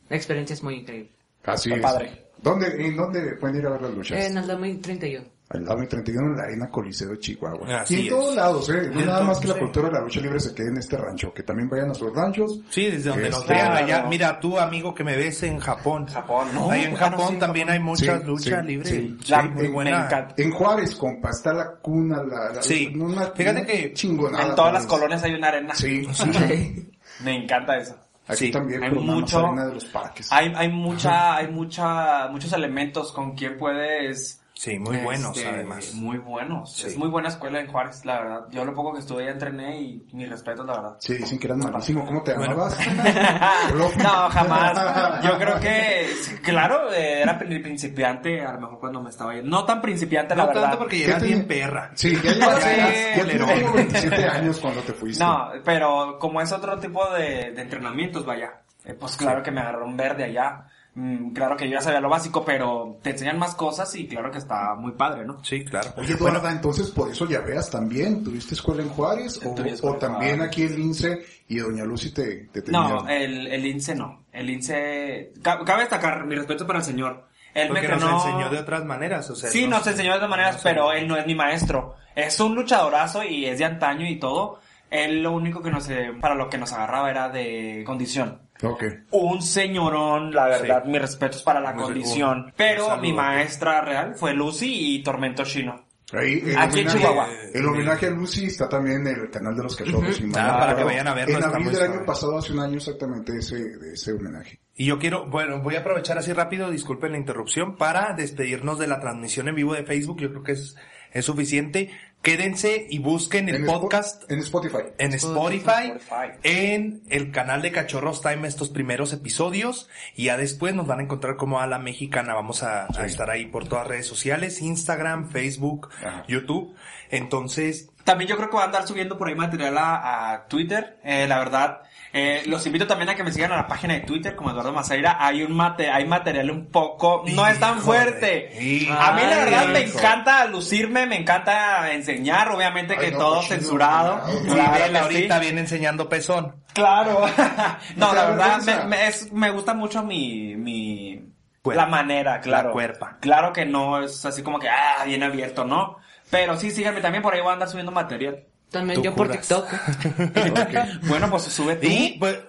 S4: La experiencia es muy increíble.
S3: Así
S2: Está
S3: es.
S2: padre. Eh,
S3: ¿Dónde, ¿En dónde pueden ir a ver las luchas?
S4: En Aldama y 31.
S3: Al lado del 31 en la Arena Coliseo de Chihuahua.
S1: Así
S3: y en
S1: es.
S3: todos lados, ¿eh? No nada más que la
S1: sí.
S3: cultura de la lucha libre se quede en este rancho. Que también vayan a sus ranchos.
S1: Sí, desde donde
S3: Es-
S1: nos vean
S2: Este, Claro.
S1: allá. Mira, tú, amigo que me ves en Japón.
S2: Japón, no,
S1: Ahí en
S2: bueno,
S1: Japón
S2: sí, en
S1: también hay muchas
S3: Sí,
S1: luchas
S3: sí,
S1: libres.
S3: sí.
S2: La-
S1: Sí, muy
S2: me
S1: buena.
S2: encanta.
S3: En Juárez, compa, está la cuna, la... la-
S1: Sí.
S3: una-
S1: Fíjate
S3: una
S1: que
S3: Chingonada.
S2: en todas las
S3: pues.
S2: colonias hay una arena.
S3: Sí, sí.
S2: Me encanta eso.
S3: Aquí
S1: Sí,
S3: también,
S2: hay
S3: pero nada más
S2: mucho-
S3: arena de los parques.
S2: Hay, hay mucha, hay mucha, muchos elementos con quien puedes.
S1: Sí, muy
S2: este,
S1: buenos además.
S2: Muy buenos.
S1: Sí.
S2: Es muy buena escuela en Juárez, la verdad. Yo lo poco que estuve ya entrené y mi respeto, la verdad.
S3: Sí, dicen que eran malísimo. ¿Cómo te
S1: Bueno.
S3: llamabas?
S2: no, jamás. Yo creo que, sí, claro, eh, era pri- principiante, a lo mejor cuando me estaba yendo. No tan principiante, la
S1: No
S2: verdad.
S1: tanto porque llegas
S3: ¿Qué
S1: bien
S3: te-
S1: perra.
S3: Sí, ya llevas
S2: Sí,
S3: ya tenías
S1: culerón.
S3: como 27 años cuando te fuiste.
S2: No, pero como es otro tipo de, de entrenamientos, vaya. eh, pues claro que me agarraron verde allá. Mm, claro que yo ya sabía lo básico, pero te enseñan más cosas y claro que está muy padre, ¿no?
S1: Sí, claro.
S3: Oye, ah, Eduarda,
S1: Bueno,
S3: entonces por eso ya veas también, ¿tuviste escuela en Juárez? ¿O,
S2: Tuve escuela
S3: o
S2: en
S1: ah.
S3: también
S2: Juárez.
S3: aquí el INSE y Doña Lucy te, te
S2: No,
S3: tenían?
S1: eh.
S2: el, el INSE no. El INSE... ca- Cabe destacar mi respeto para el señor. Él me
S1: porque nos
S2: entrenó-
S1: enseñó de otras maneras. O sea,
S2: Sí, nos enseñó de otras maneras,
S1: nos-
S2: pero él no es mi maestro. Es un luchadorazo y es de antaño y todo. Él lo único que nos... eh, para lo que nos agarraba era de condición.
S3: Ok.
S2: un señorón, la verdad, mis respetos para la
S1: Muy
S2: condición.
S1: bien. Un
S2: Pero
S1: saludo.
S2: mi maestra real fue Lucy y Tormento Chino.
S3: Ahí, el
S2: Aquí en
S3: homenaje-
S2: Chihuahua.
S3: El homenaje a Lucy está también en el canal de los cachorros. si mal
S1: Ah,
S3: no
S1: para
S3: recuerdo.
S1: que vayan a verlo,
S3: En
S1: está
S3: abril
S1: muy
S3: del año
S1: suave.
S3: pasado, hace un año exactamente, ese, de ese homenaje.
S1: Y yo quiero, bueno, voy a aprovechar así rápido, disculpen la interrupción, para despedirnos de la transmisión en vivo de Facebook. Yo creo que es, es suficiente. Quédense y busquen el
S3: En Spo-
S1: podcast Eh,
S3: En Spotify.
S1: en Spotify,
S2: Spotify.
S1: en el canal de Cachorros Time estos primeros episodios y ya después nos van a encontrar como a la mexicana. Vamos a, a estar ahí por todas redes sociales, Instagram, Facebook,
S3: Ajá.
S1: YouTube. Entonces,
S2: También yo creo que va a andar subiendo por ahí material a, a Twitter, eh, la verdad. Eh, los invito también a que me sigan a la página de Twitter como Eduardo Maceira. Hay un mate, hay material un poco, no es tan
S1: Híjole.
S2: fuerte.
S1: Híjole.
S2: A mí la
S4: Ay,
S2: verdad me
S1: hijo.
S2: encanta lucirme, me encanta enseñar, obviamente
S3: Ay,
S2: que
S3: no,
S2: todo
S3: cochino,
S2: censurado.
S3: no, no,
S1: y
S2: Claro que
S1: Bella
S2: sí.
S1: ahorita viene enseñando pezón.
S2: Claro. no,
S3: ¿Te
S2: la
S3: da
S2: verdad,
S3: vergüenza?
S2: me, me- es- me gusta mucho mi, mi,
S1: Cuerpo.
S2: la manera, claro.
S1: La cuerpa.
S2: Claro que no es así como que, ah, bien abierto, ¿no? Pero sí, síganme también, por ahí voy a andar subiendo material.
S4: También
S1: Tú
S4: yo por
S1: juras.
S4: TikTok.
S2: bueno, pues sube tú.
S1: Y pues,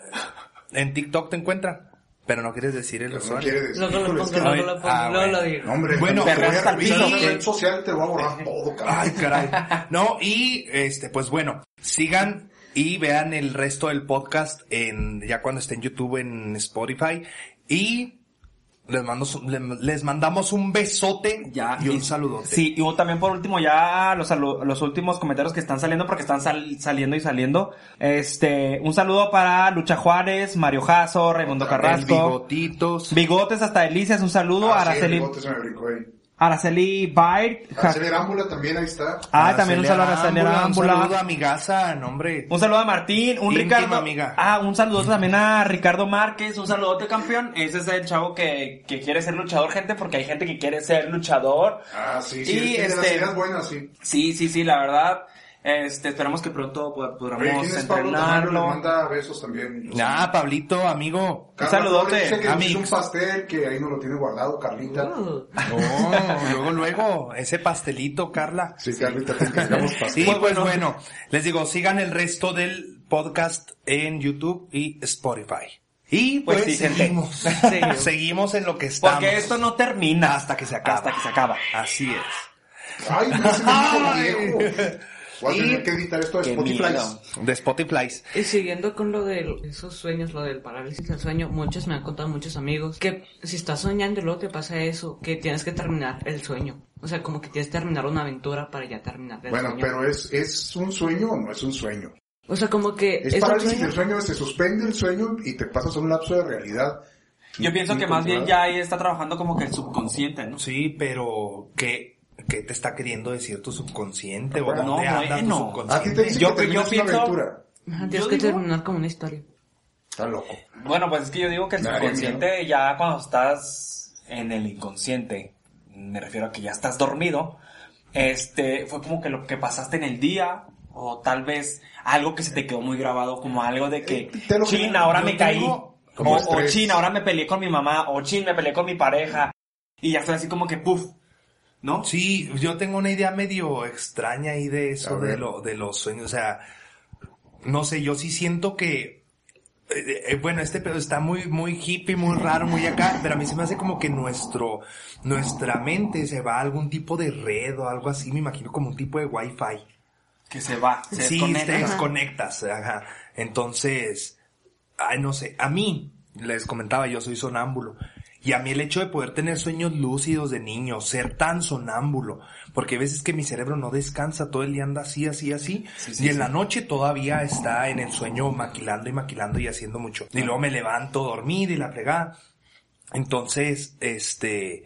S1: en TikTok te encuentran, pero no quieres decir el
S3: No
S1: usuario.
S3: quiere decir.
S4: Luego
S3: híjole,
S4: lo
S3: es que-
S4: pongo, luego lo pongo,
S1: Ah,
S4: luego
S1: bueno.
S4: lo digo.
S3: No, hombre,
S1: Bueno,
S3: te voy
S2: pero
S3: a
S2: hasta
S1: vi-
S3: revisar la red social y te voy a borrar todo,
S1: Ay,
S3: caray.
S1: caray. No, y este, pues bueno, sigan y vean el resto del podcast en, ya cuando esté en YouTube, en Spotify. Y les mando, su- le- les mandamos un besote
S2: Ya,
S1: y un saludote.
S2: Sí, y también por último, ya los, salu- los últimos comentarios que están saliendo, porque están sal- saliendo y saliendo. Este, un saludo para Lucha Juárez, Mario Jasso, Raimundo
S1: El
S2: Carrasco.
S1: bigotitos.
S2: Bigotes hasta Delicias, un saludo.
S3: Ah, sí, el
S2: Araceli,
S3: bigote se me brincó ahí.
S2: Araceli Baird. Ja-
S3: Araceli Arámbula también ahí está.
S2: Ah, también un saludo a
S1: Araceli
S2: Araceli
S1: Arámbula, Un
S2: Arámbula.
S1: saludo a mi gasa, nombre.
S2: Un saludo a Martín, un
S1: Íntima
S2: Ricardo.
S1: amiga.
S2: Ah, un saludo también a Ricardo Márquez, un saludote campeón. Ese es el chavo que, que quiere ser luchador, gente, porque hay gente que quiere ser luchador.
S3: Ah, sí, sí.
S2: Y,
S3: es de las
S2: este-
S3: ideas buenas, sí.
S2: Sí, sí, sí, la verdad. Este, esperamos que pronto pod-
S3: Oye, ¿quién
S2: podamos
S3: es Pablo Tamayo? Le
S2: entrenarlo.
S3: manda besos también.
S1: Ah, Pablito, amigo.
S3: Carla
S2: saludote,
S3: Flores dice que nos hizo
S1: amigos.
S3: un pastel que ahí no lo tiene guardado, Carlita.
S4: Uh,
S1: No, luego, luego, ese pastelito, Carla.
S3: Sí, Carlita, te encargamos
S1: Sí,
S3: pastel.
S1: pues bueno. les digo, sigan el resto del podcast en YouTube y Spotify. Y pues,
S2: Pues sí, gente.
S1: seguimos.
S4: serio.
S1: seguimos en lo que estamos.
S2: Porque esto no termina hasta que se
S1: acaba.
S2: Hasta que se acaba.
S1: Así es.
S3: Ay, me hace
S1: Ay.
S3: mucho viejo. Voy a tener que editar esto de
S2: Qué
S3: Spotify.
S2: miedo.
S1: De Spotify.
S4: Y siguiendo con lo de esos sueños, lo del parálisis del sueño, muchos me han contado, muchos amigos, que si estás soñando y luego te pasa eso, que tienes que terminar el sueño. O sea, como que tienes que terminar una aventura para ya terminar el
S3: Bueno,
S4: sueño.
S3: pero es, es un sueño o no es un sueño.
S4: O sea, como que...
S3: Es,
S4: un
S3: parálisis
S4: sueño-
S3: del sueño, se suspende el sueño y te pasas a un lapso de realidad.
S2: Yo pienso que más bien ya ahí está trabajando como que el subconsciente, ¿no?
S1: Sí, pero ¿qué, qué te está queriendo decir tu subconsciente? ¿O
S3: No,
S1: dónde anda tu
S2: bueno.
S3: A ti Ah, te
S1: subconsciente?
S3: dicen
S2: Yo-
S3: que terminas
S2: yo
S3: una
S2: pienso-
S3: aventura.
S4: Ajá, tienes
S2: Yo
S4: que
S2: digo-
S4: terminar como una historia.
S3: Está loco.
S2: Bueno, pues es que yo digo que el
S3: Ay,
S2: subconsciente ya cuando estás en el inconsciente, me refiero a que ya estás dormido, este, fue como que lo que pasaste en el día, o tal vez algo que se te quedó muy grabado, como algo de que,
S3: Eh, te lo
S2: chin,
S3: genera-
S2: ahora
S3: yo
S2: me caí,
S3: tengo
S2: o,
S3: como
S2: o
S3: estrés.
S2: chin, ahora me peleé con mi mamá, o chin, me peleé con mi pareja, y ya estoy así como que, puff, ¿no?
S1: Sí, yo tengo una idea medio extraña ahí de
S3: A
S1: eso,
S3: ver.
S1: de, lo, de los sueños. O sea, no sé, yo sí siento que... eh, eh, bueno, este pedo está muy, muy hippie, muy raro, muy acá, pero a mí se me hace como que nuestro, nuestra mente se va a algún tipo de red o algo así, me imagino como un tipo de wifi.
S2: Que se va, se
S1: sí,
S2: desconecta.
S1: te desconectas, ajá. Entonces, ay, no sé, a mí, les comentaba, yo soy sonámbulo. Y a mí el hecho de poder tener sueños lúcidos de niño, ser tan sonámbulo, porque hay veces que mi cerebro no descansa, todo el día anda así, así, así,
S2: Sí,
S1: y
S2: sí,
S1: en
S2: sí.
S1: la noche todavía está en el sueño maquilando y maquilando y haciendo mucho. Y luego me levanto dormido y la fregada. Entonces, este,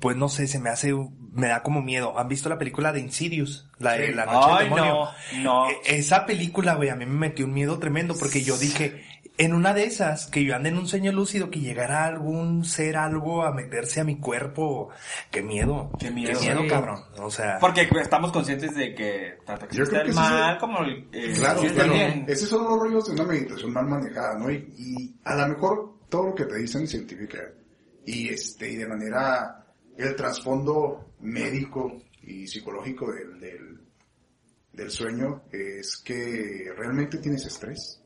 S1: pues no sé, se me hace, me da como miedo. ¿Han visto la película de Insidious? La de
S3: Sí.
S1: la noche
S2: Ay,
S1: del demonio.
S2: no, no.
S1: E- Esa película, güey, a mí me metió un miedo tremendo porque yo dije, en una de esas, que yo ande en un sueño lúcido, que llegara algún ser, algo a meterse a mi cuerpo. Qué miedo.
S2: Qué miedo.
S1: Qué miedo,
S4: Sí.
S1: cabrón. O sea.
S2: Porque estamos conscientes de que tanto
S3: Yo
S2: existe
S3: creo
S2: el
S3: que sí
S2: mal
S3: se-
S2: como el... eh,
S3: Claro,
S2: existe el
S3: claro.
S2: bien.
S3: Esos son los rollos de una meditación mal manejada, ¿no? Y, y a lo mejor todo lo que te dicen científica y este y de manera el trasfondo médico y psicológico del, del, del sueño es que realmente tienes estrés.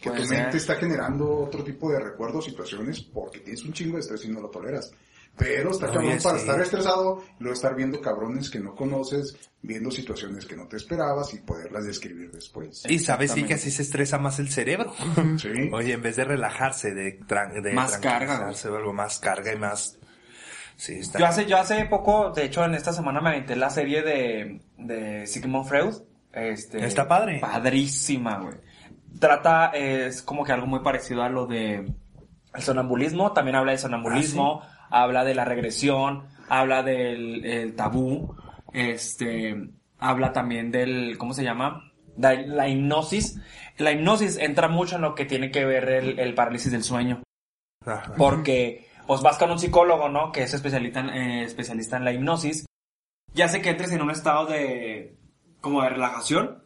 S3: Que
S2: Puede
S3: tu
S2: ser.
S3: mente está generando otro tipo de recuerdos, situaciones, porque tienes un chingo de estrés y no lo toleras. Pero está
S1: Oye,
S3: cabrón para
S1: sí.
S3: estar estresado, y luego estar viendo cabrones que no conoces, viendo situaciones que no te esperabas y poderlas describir después.
S1: Y sabes, sí que así se estresa más el cerebro.
S3: Sí.
S1: Oye, en vez de relajarse, de, tran- de
S2: Más carga,
S1: tranquilizarse o algo más carga y más. Sí, está.
S2: Yo hace, yo hace poco, de hecho en esta semana me aventé la serie de, de Sigmund Freud. Este,
S1: Está padre.
S2: Padrísima, güey. Trata, eh, es como que algo muy parecido a lo de el sonambulismo. También habla de
S1: Ah,
S2: sonambulismo, habla de la regresión, habla del el tabú, este, habla también del, ¿cómo se llama? Da- la hipnosis. La hipnosis entra mucho en lo que tiene que ver el- el parálisis del sueño.
S1: Ajá.
S2: Porque pues vas con un psicólogo, ¿no? Que es especialista en, eh, especialista en la hipnosis. Ya sé que entres en un estado de como de relajación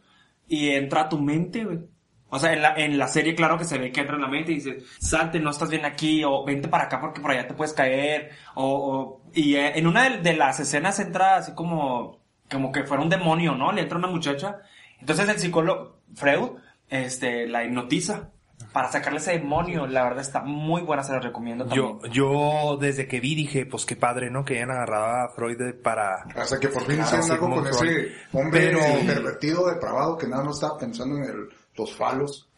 S2: y entra a tu mente, güey. O sea, en la, en la serie claro que se ve que entra en la mente y dice, salte, no estás bien aquí, o vente para acá porque por allá te puedes caer, o, o- y eh, en una de, de las escenas entra así como, como que fuera un demonio, ¿no? Le entra una muchacha. Entonces el psicólogo, Freud, este, la hipnotiza para sacarle ese demonio. La verdad está muy buena, se la recomiendo también.
S1: Yo, yo desde que vi dije, pues qué padre, ¿no? Que hayan agarrado a Freud de- para...
S3: Hasta que por fin
S1: Claro,
S3: hicieron algo con
S1: Sigmund Freud.
S3: ese hombre
S1: Pero-
S3: pervertido, depravado, que nada más estaba pensando en el- los falos.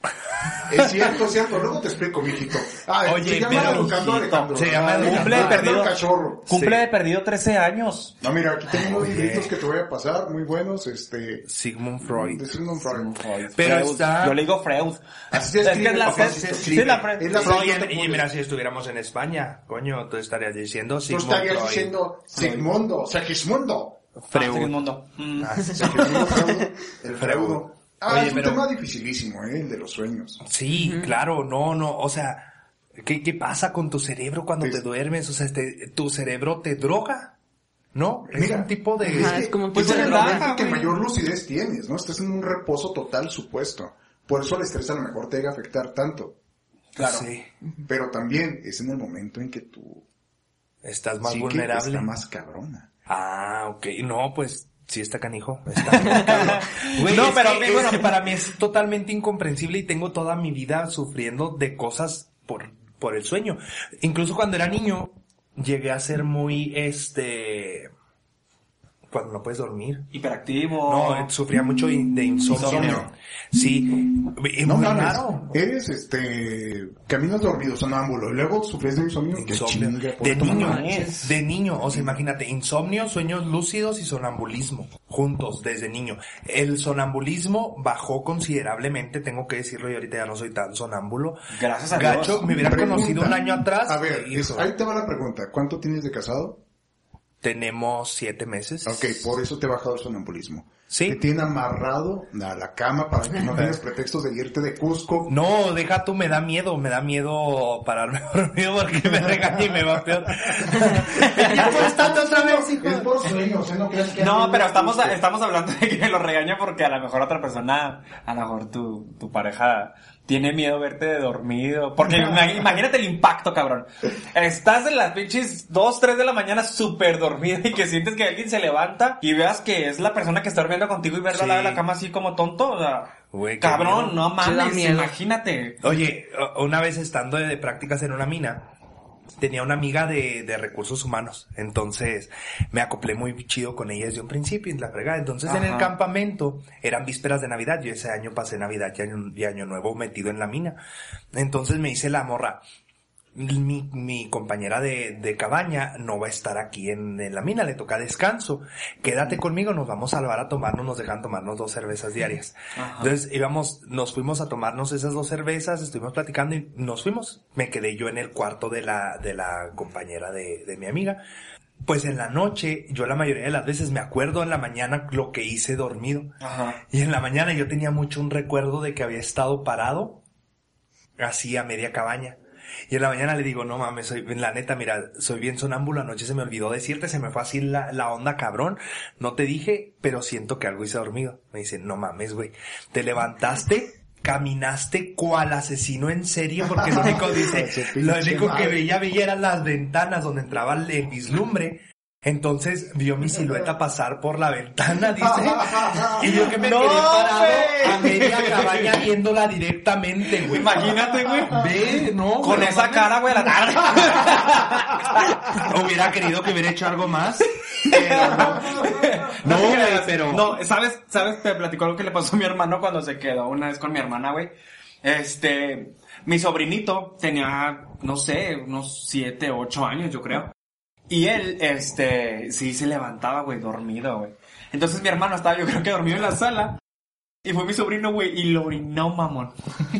S3: Es cierto, cierto. Luego te explico, mijito. Ah,
S1: Oye,
S3: se llama
S1: pero,
S3: Educando a Alejandro.
S1: se llama
S3: Ah,
S1: Educando.
S3: Cumple,
S2: Cumple,
S3: perdido
S2: perdido.
S3: cachorro.
S2: Cumple
S1: Sí.
S2: de perdido 13 años.
S3: No, mira, aquí tengo unos
S1: Oye.
S3: libritos que te voy a pasar, muy buenos, este...
S1: Sigmund
S3: de
S1: Freud.
S3: Sigmund Freud.
S1: Pero
S2: Freud.
S1: está-
S2: Yo le digo Freud.
S3: Así se
S2: Es que
S3: escribe,
S2: es la
S3: papá,
S2: Fre-
S3: así se
S2: sí,
S3: escribe.
S2: es la Fre-
S3: Es la
S1: Sí,
S3: Freud,
S1: y,
S3: no te
S1: y
S3: puedes-
S1: mira, si estuviéramos en España, coño, tú estarías diciendo
S3: Tú
S1: Sigmund
S3: estarías
S1: Freud.
S3: Pues diciendo Sigmundo, Segismundo.
S2: Ah,
S1: Freud.
S2: Sigmundo. Mm.
S1: Ah, sí.
S3: Segismundo Freud, El
S1: Freud.
S3: freudo. Ah,
S1: Oye,
S3: es un
S1: pero-
S3: tema dificilísimo, ¿eh? El de los sueños.
S1: Sí, claro, no, no, o sea, ¿qué, qué pasa con tu cerebro cuando
S3: Sí.
S1: este, te duermes? O sea, te- ¿tu cerebro te droga? No, es
S3: Mira.
S1: un tipo de...
S3: Es
S4: Ajá,
S3: que
S4: es como un
S3: es
S4: tipo
S3: el
S4: de
S3: momento
S2: relaja,
S3: que
S2: güey.
S3: mayor lucidez tienes, ¿no? Estás en un reposo total supuesto. Por eso el estrés a lo mejor te llega a afectar tanto.
S1: Claro. Sí,
S3: Pero también es en el momento en que tu
S1: estás más
S3: psique
S1: vulnerable.
S3: está más cabrona.
S1: Ah, ok. No, pues sí está canijo. Está cabrón. Güey,
S2: No,
S1: es
S2: pero-
S1: que, bueno, para mí es totalmente incomprensible y tengo toda mi vida sufriendo de cosas por, por el sueño. Incluso cuando era niño, llegué a ser muy, este... Cuando no puedes dormir.
S2: Hiperactivo.
S1: No, eh, sufría mucho in- de Oh. insomnio.
S3: Insomnio.
S1: Sí, es
S3: No,
S1: muy
S3: mames,
S1: raro.
S3: Eres, este, caminas dormido, sonámbulo, y luego sufres de insomnio. Qué
S1: Insomnio.
S3: chinga, por
S1: De
S3: tu
S1: niño,
S3: mamá.
S4: manches.
S1: de niño, o sea, imagínate, insomnio, sueños lúcidos y sonambulismo, juntos desde niño. El sonambulismo bajó considerablemente, tengo que decirlo, y ahorita ya no soy tan sonámbulo.
S2: Gracias a
S1: Gacho,
S2: Dios.
S1: me hubiera
S3: Pregunta.
S1: conocido un año atrás.
S3: A ver,
S1: hijo,
S3: eso, ahí te va la pregunta. ¿Cuánto tienes de casado?
S1: tenemos siete meses.
S3: Ok, por eso te he bajado el sonambulismo.
S1: Sí.
S3: Te tiene amarrado a la cama para que no tengas pretextos de irte de Cusco.
S1: No, deja tú, me da miedo, me da miedo pararme dormido porque me regaña y me va peor. Ya acostarte otra vez, hijo.
S3: Es por sueños, ¿eh? No creas que...
S2: No,
S3: alguien
S2: pero
S3: de
S2: estamos,
S3: Cusco.
S2: estamos hablando de que lo regaña porque a lo mejor otra persona, a lo mejor tu, tu pareja, tiene miedo verte de dormido. Porque ima- imagínate el impacto, cabrón. Estás en las pinches 2, 3 de la mañana súper dormida y que sientes que alguien se levanta y veas que es la persona que está durmiendo contigo y verla al lado de la
S1: Sí.
S2: cama así como tonto. O sea,
S1: Güey, qué
S2: cabrón,
S1: miedo.
S2: no
S4: Sí da
S2: mames,
S4: miedo.
S2: imagínate.
S1: Oye, o- una vez estando de, de prácticas en una mina, tenía una amiga de, de recursos humanos. Entonces, me acoplé muy chido con ella desde un principio, en la fregada. Entonces, en el
S2: Ajá.
S1: campamento, eran vísperas de Navidad. Yo ese año pasé Navidad y año, y Año Nuevo metido en la mina. Entonces, me dice la morra, mi, mi compañera de, de cabaña no va a estar aquí en, en la mina, le toca descanso. Quédate conmigo, nos vamos al bar a tomarnos, nos dejan tomarnos dos cervezas diarias.
S2: Ajá.
S1: Entonces íbamos, nos fuimos a tomarnos esas dos cervezas, estuvimos platicando y nos fuimos. Me quedé yo en el cuarto de la, de la compañera de, de mi amiga. Pues en la noche, yo la mayoría de las veces me acuerdo en la mañana lo que hice dormido.
S2: Ajá.
S1: Y en la mañana yo tenía mucho un recuerdo de que había estado parado así a media cabaña. Y en la mañana le digo, no mames, soy, la neta, mira, soy bien sonámbulo, anoche se me olvidó decirte, se me fue así la, la onda cabrón, no te dije, pero siento que algo hice dormido. Me dice, no mames, güey, te levantaste, caminaste cual asesino en serie, porque lo único, dice,
S3: Su pinche
S1: lo único que
S3: madre.
S1: veía, veía eran las ventanas donde entraba el vislumbre. Entonces vio mi silueta pasar por la ventana, dice. Y yo que me
S2: ¡No,
S1: quedé parado
S2: güey!
S1: a media cabaña viéndola directamente, güey.
S2: Imagínate, güey.
S1: Ve, no,
S2: Con
S1: güey,
S2: esa
S1: no
S2: cara, güey, a la tarde.
S1: mames. Hubiera querido que hubiera hecho algo más. Pero... No,
S2: te
S1: güey,
S2: creas.
S1: pero-
S2: No, ¿sabes? ¿Sabes? Te platicó algo que le pasó a mi hermano cuando se quedó una vez con mi hermana, güey. Este, mi sobrinito tenía, no sé, unos siete, ocho años, yo creo. Y él, este, sí se levantaba, güey, dormido, güey. Entonces mi hermano estaba, yo creo que dormido en la sala. Y fue mi sobrino, güey, y lo orinó, mamón.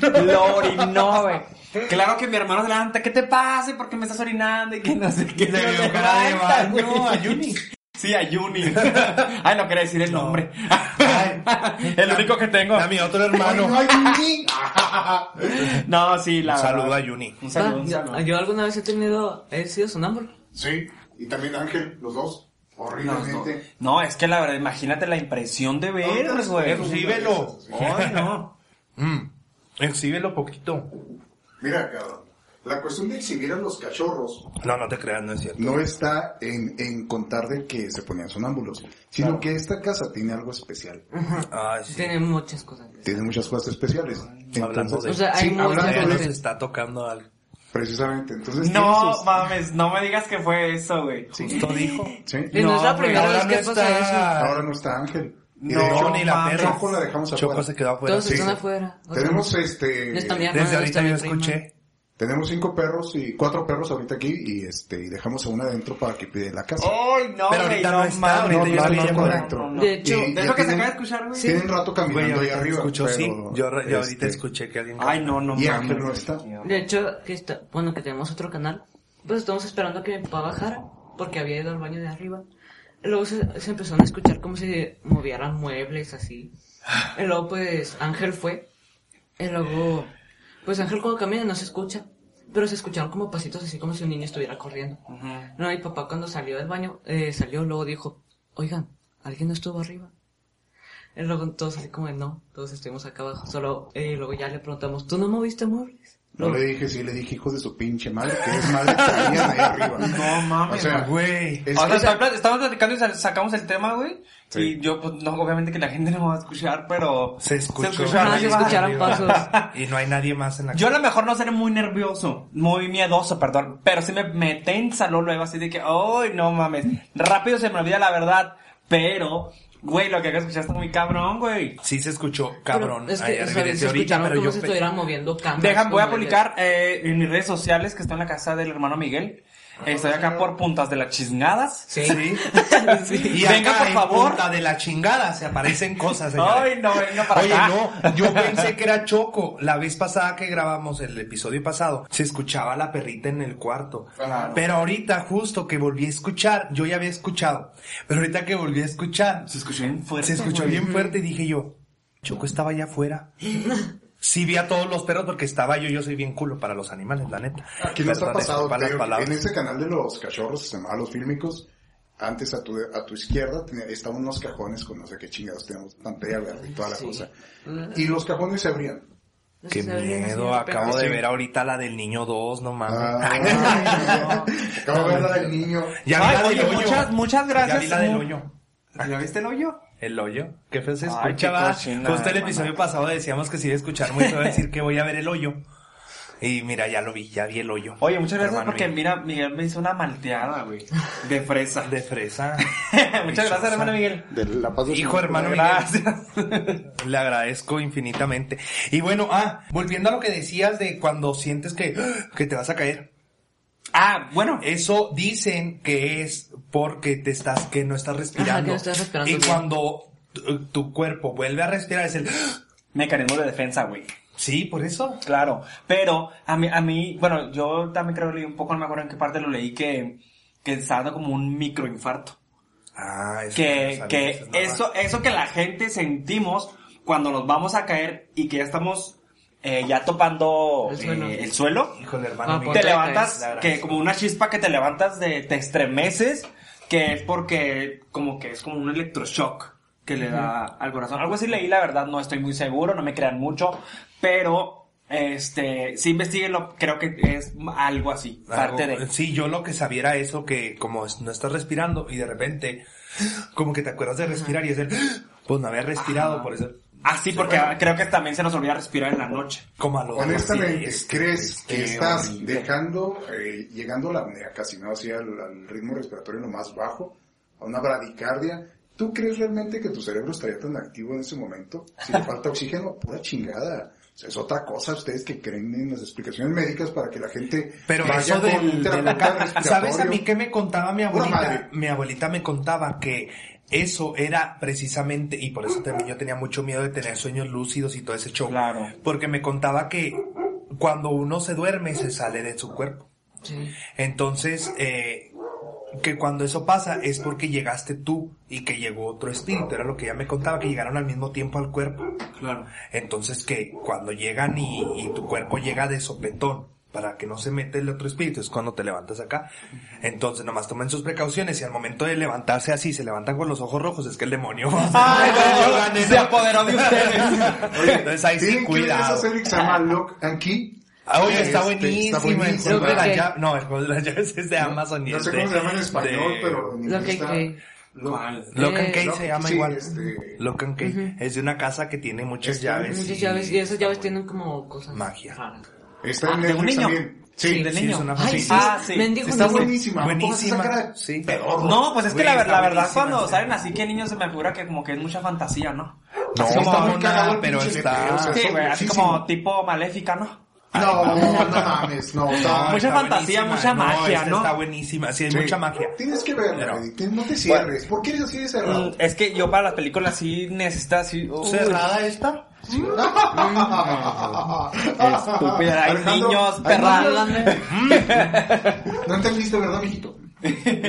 S2: Lo orinó, güey. Claro que mi hermano se levanta, ¿qué te pasa? ¿Por qué me estás orinando? Y que no sé qué.
S1: Le
S2: No
S1: vio cara de
S2: levanta,
S1: baño
S2: güey.
S1: a Yuni.
S2: Sí, a Juni. Ay, no quería decir el nombre.
S1: Ay.
S2: el único que tengo.
S1: A mi otro
S3: Ay,
S1: hermano.
S3: no hay ni-
S2: No, sí, la
S1: Un saludo
S2: verdad.
S1: a Yuni.
S2: Un saludo, un
S4: yo,
S2: saludo.
S4: yo alguna vez he tenido, he sido sonámbulo.
S3: Sí, y también Ángel, los dos.
S2: No, no.
S3: Horriblemente.
S2: No, es que la verdad, imagínate la impresión de ver, güey.
S1: Exhíbelo.
S2: Ay, no.
S1: Mm, exhíbelo poquito.
S3: Mira, cabrón. La cuestión de exhibir a los cachorros
S1: No, no te creas, no es cierto.
S3: no está en, en contar de que se ponían sonámbulos, sino que esta casa tiene algo especial.
S1: Ay, sí.
S4: Tiene muchas cosas.
S3: Tiene muchas cosas especiales.
S1: Hablando de-
S4: O sea, hay
S3: sí,
S4: muchas
S3: hablando
S1: Nos
S4: cosas.
S3: de-
S1: está tocando algo.
S3: Precisamente. Entonces, tiene
S2: No
S3: sus-
S2: mames, no me digas que fue eso, güey.
S1: Justo dijo.
S3: Sí.
S4: Y no,
S2: No,
S4: es la
S2: güey,
S4: primera
S1: ahora
S4: vez
S1: no
S4: que pasa
S1: está-
S4: eso.
S3: Ahora no está Ángel. Y
S2: No,
S3: de hecho,
S1: No, ni la
S2: mames.
S1: perra.
S3: Choco la dejamos afuera.
S1: Choco se quedó afuera.
S4: Todos
S3: sí.
S4: están afuera. O sea,
S3: tenemos este...
S4: Yo también.
S1: Desde
S4: Hermano,
S1: ahorita
S4: está
S1: yo
S4: mi prima.
S1: escuché.
S3: Tenemos cinco perros y cuatro perros ahorita aquí y este y dejamos a una adentro para que pide la casa.
S2: Ay, no,
S1: Pero
S2: güey,
S1: ahorita
S2: no
S1: no está,
S2: mames.
S1: ahorita
S3: no,
S1: yo estoy
S3: no,
S1: en
S3: no,
S1: Morelia.
S3: correcto.
S4: De hecho,
S3: Y
S2: De
S3: ya
S2: eso que se
S3: tienen-
S2: acaba de escuchar, güey.
S3: Tienen rato
S1: Güey,
S3: caminando ahí
S1: ahorita te
S3: arriba.
S1: escucho,
S3: pero,
S1: sí. Yo, re- yo ahorita
S3: este,
S1: escuché que alguien...
S2: Ay, no, no
S3: Y
S2: mames.
S3: Ángel no está.
S4: De hecho, que está, bueno, que tenemos otro canal. Pues estamos esperando a que mi papá bajara, porque había ido al baño de arriba. Y Luego se, se empezaron a escuchar como si movieran muebles así. Y luego pues Ángel fue. Y luego, pues Ángel cuando camina no se escucha. pero se escucharon como pasitos así como si un niño estuviera corriendo. No, mi papá cuando salió del baño, eh, salió, luego dijo, oigan, ¿alguien no estuvo arriba? Y luego todos así como, de, no, todos estuvimos acá abajo, solo, eh, luego ya le preguntamos, ¿tú no moviste muebles?
S3: No le dije, sí, le dije, hijos de su pinche madre, que es madre que tenían ahí arriba.
S2: No mames,
S3: O sea,
S1: güey.
S3: Es
S2: o
S3: que-
S2: sea, estaba plat- estábamos platicando y sal- sacamos el tema, güey.
S3: Sí.
S2: Y yo, pues, no, obviamente que la gente no va a escuchar, pero...
S1: Se escuchó.
S4: Ah,
S2: arriba.
S4: se escucharon pasos.
S1: Y no hay nadie más en la
S2: Yo a lo mejor no seré muy nervioso, muy miedoso, perdón, pero sí me, me tensa lo- luego así de que, ¡ay, no mames! Rápido se me olvida la verdad, pero, güey, lo que acá escuchaste está muy cabrón, güey.
S1: Sí se escuchó, cabrón.
S4: Pero es que,
S1: Ahí
S4: o sea,
S1: arriba,
S4: se
S1: desde ahorita,
S4: escucharon
S1: pero
S4: como
S1: yo
S4: si
S1: pe-
S4: estuvieran moviendo camas.
S2: Dejan, voy a
S4: como de-
S2: publicar eh, en mis redes sociales que estoy en la casa del hermano Miguel. Eh, Estoy acá por puntas de las chisnadas.
S4: Sí.
S1: Sí.
S4: Sí.
S1: Y
S2: Venga,
S1: acá
S2: por
S1: en
S2: favor.
S1: punta de la chingada se aparecen cosas, señores.
S2: Ay, no, venga para
S1: Oye,
S2: acá.
S1: no, yo pensé que era Choco. La vez pasada que grabamos el episodio pasado, se escuchaba la perrita en el cuarto.
S2: Claro.
S1: Pero ahorita, justo que volví a escuchar, yo ya había escuchado, pero ahorita que volví a escuchar,
S2: Se escuchó bien fuerte.
S1: se escuchó
S2: güey.
S1: bien fuerte y dije yo, Choco estaba allá afuera. Sí vi a todos los perros porque estaba yo, yo soy bien culo para los animales, la neta.
S2: Ah,
S3: Aquí nos ha
S1: Perdón,
S3: pasado,
S1: disculpa las
S3: Teo,
S1: palabras.
S3: en ese canal de los cachorros que se llamaba Los Fílmicos, antes a tu, a tu izquierda tenía- estaban unos cajones con no sé qué chingados, teníamos pantalla verde y toda la
S4: Sí.
S3: cosa. Y los cajones se abrían.
S4: No sé
S1: Qué
S4: si sabrían así
S1: miedo, acabo de
S3: Sí.
S1: ver ahorita la del niño 2, no mames.
S3: Ay, no. Acabo de ver la del niño.
S1: Ya vi
S2: Ay,
S1: la del
S2: oye,
S1: hoyo.
S2: muchas- muchas gracias.
S1: Ya vi la del hoyo.
S2: ¿Ya viste el hoyo?
S1: El hoyo. Qué feo se
S2: Ay,
S1: escuchaba.
S2: qué cochina,
S1: Justo el
S2: hermano.
S1: episodio pasado decíamos que si iba a escuchar mucho, iba a decir que voy a ver el hoyo. Y mira, ya lo vi, ya vi el hoyo.
S2: Oye, muchas gracias
S1: Hermano
S2: porque,
S1: mío.
S2: mira, Miguel me hizo una malteada, güey. De fresa.
S1: De fresa.
S2: muchas gracias, hermano Miguel.
S3: De la paz de
S1: Hijo, hermano, gracias. Le agradezco infinitamente. Y bueno, ah, volviendo a lo que decías de cuando sientes que, que te vas a caer.
S2: Ah, bueno.
S1: Eso dicen que es porque te estás, que no estás respirando.
S4: Ajá, que no estás respirando
S1: y
S4: bien.
S1: cuando tu, tu cuerpo vuelve a respirar es el,
S2: Mecanismo de defensa, güey.
S1: sí, por eso.
S2: Claro, pero a mí, a mí, bueno, yo también creo que leí un poco, no me acuerdo en qué parte lo leí, que, que estaba dando como un microinfarto.
S1: Ah, eso no
S2: Que,
S1: sabía,
S2: que
S1: eso es
S2: eso, eso que la gente sentimos cuando nos vamos a caer y que ya estamos eh, ya topando eh,
S4: El
S2: el
S4: suelo.
S2: suelo,
S1: Híjole, hermano.
S4: Ah,
S1: mío.
S4: pues,
S2: te
S4: Ponte la
S2: levantas,
S1: cabeza.
S2: que como una chispa que te levantas de, te estremeces, que es porque como que es como un electroshock que le da al corazón. Algo así leí, la verdad, no estoy muy seguro, no me crean mucho, pero este, sí investiguenlo, creo que es algo así, parte
S1: Algo-
S2: de.
S1: Sí, yo lo que sabía era eso, que como es- no estás respirando y de repente como que te acuerdas de respirar y es el, pues no había respirado, por eso.
S2: Ah, sí, porque creo que también se nos olvida respirar en la noche.
S1: Como a lo
S3: Honestamente,
S1: sí, es que-
S3: ¿crees
S1: es
S3: que
S1: es
S3: estás
S1: horrible.
S3: dejando, eh, llegando a la apnea casi no hacia el, al ritmo respiratorio lo más bajo, a una bradicardia? ¿Tú crees realmente que tu cerebro estaría tan activo en ese momento? Si le falta oxígeno, pura chingada. O sea, es otra cosa ustedes que creen en las explicaciones médicas para que la gente
S1: Pero
S3: vaya
S1: eso
S3: con
S1: del,
S3: un
S1: de la
S3: terapeuta
S1: cara, ¿sabes a mí
S3: respiratorio.
S1: qué me contaba mi
S3: Una madre.
S1: abuelita? Mi abuelita me contaba que eso era precisamente, y por eso también yo tenía mucho miedo de tener sueños lúcidos y todo ese show.
S2: Claro.
S1: Porque me contaba que cuando uno se duerme se sale de su cuerpo.
S4: Sí.
S1: Entonces, eh, que cuando eso pasa es porque llegaste tú y que llegó otro espíritu. Era lo que ya me contaba, que llegaron al mismo tiempo al cuerpo.
S2: Claro.
S1: Entonces que cuando llegan y, y tu cuerpo llega de sopetón para que no se mete el otro espíritu, es cuando te levantas acá. Entonces nomás tomen sus precauciones y al momento de levantarse así, se levantan con los ojos rojos, es que el demonio
S2: Ay, no,
S1: Yo gané,
S2: se
S1: ¿no?
S2: apoderó de ustedes.
S3: Oye,
S1: Entonces ahí sí,
S3: tienen que ver esa
S1: cuidado.
S3: serie que se llama Lock and Key.
S1: Ah, oye, está
S3: Este,
S1: buenísimo. El
S3: buenísima.
S1: juego de las
S4: Ok.
S1: llaves. No, el juego de las llaves es de Amazon. y
S3: No
S1: es
S3: sé
S1: de-
S3: cómo se llama en español,
S1: este, de-
S3: pero en
S4: Lo
S3: inglés
S4: que
S3: está
S4: cree.
S3: Lock-
S2: ¿Cuál?
S1: Locan
S4: Eh,
S1: Cay
S3: Lock-
S1: se llama
S3: sí,
S1: igual.
S3: este-
S1: Locan Cay. Es de una casa que tiene muchas
S3: Este,
S1: llaves.
S4: Muchas
S1: y-
S4: llaves, y esas llaves tienen como cosas
S1: Magia.
S4: raras.
S3: Está
S2: Ah,
S3: en
S2: de un
S3: Netflix
S2: niño.
S3: también.
S1: Sí,
S2: del
S1: sí,
S2: niño.
S1: es una
S4: Ay,
S1: sí,
S4: sí.
S2: Ah, sí.
S4: Mendigo
S3: Está
S4: niño.
S3: buenísima.
S1: Buenísima. Sí.
S3: Sí. Pedorro.
S2: No, pues es que
S1: Güey,
S2: la, ver-
S1: está
S2: la verdad
S1: buenísima,
S2: cuando
S1: sí.
S2: salen así que niños se me figura que como que es mucha fantasía, ¿no?
S1: No,
S3: Así como
S1: está
S3: muy
S1: muy
S3: cagado el
S1: pero
S3: pinche
S1: está.
S3: video, o sea,
S2: Sí,
S3: son
S2: güey, así
S3: muchísimo.
S2: como tipo maléfica, ¿no?
S3: No, no mames, no. no.
S2: Mucha
S1: está
S2: fantasía, mucha magia,
S1: esta
S2: ¿no?
S1: Está buenísima, sí, hay
S3: Sí.
S1: mucha magia.
S3: Tienes que verla,
S1: Pero-
S3: Eddie, te- no te cierres. ¿Por qué eres así de cerrado?
S2: Mm, Es que yo para las películas sí necesito así... uy,
S1: esta?
S2: Estúpida, hay
S3: Alejandro,
S2: niños,
S3: ay, no,
S2: perras.
S3: No entendiste, ¿verdad, mijito?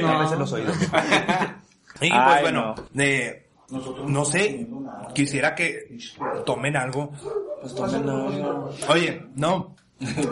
S1: No, se los oídos. Y pues
S2: Ay,
S1: bueno, eh, no sé, quisiera que tomen algo.
S2: Pues tomen, no, no.
S1: Oye, no,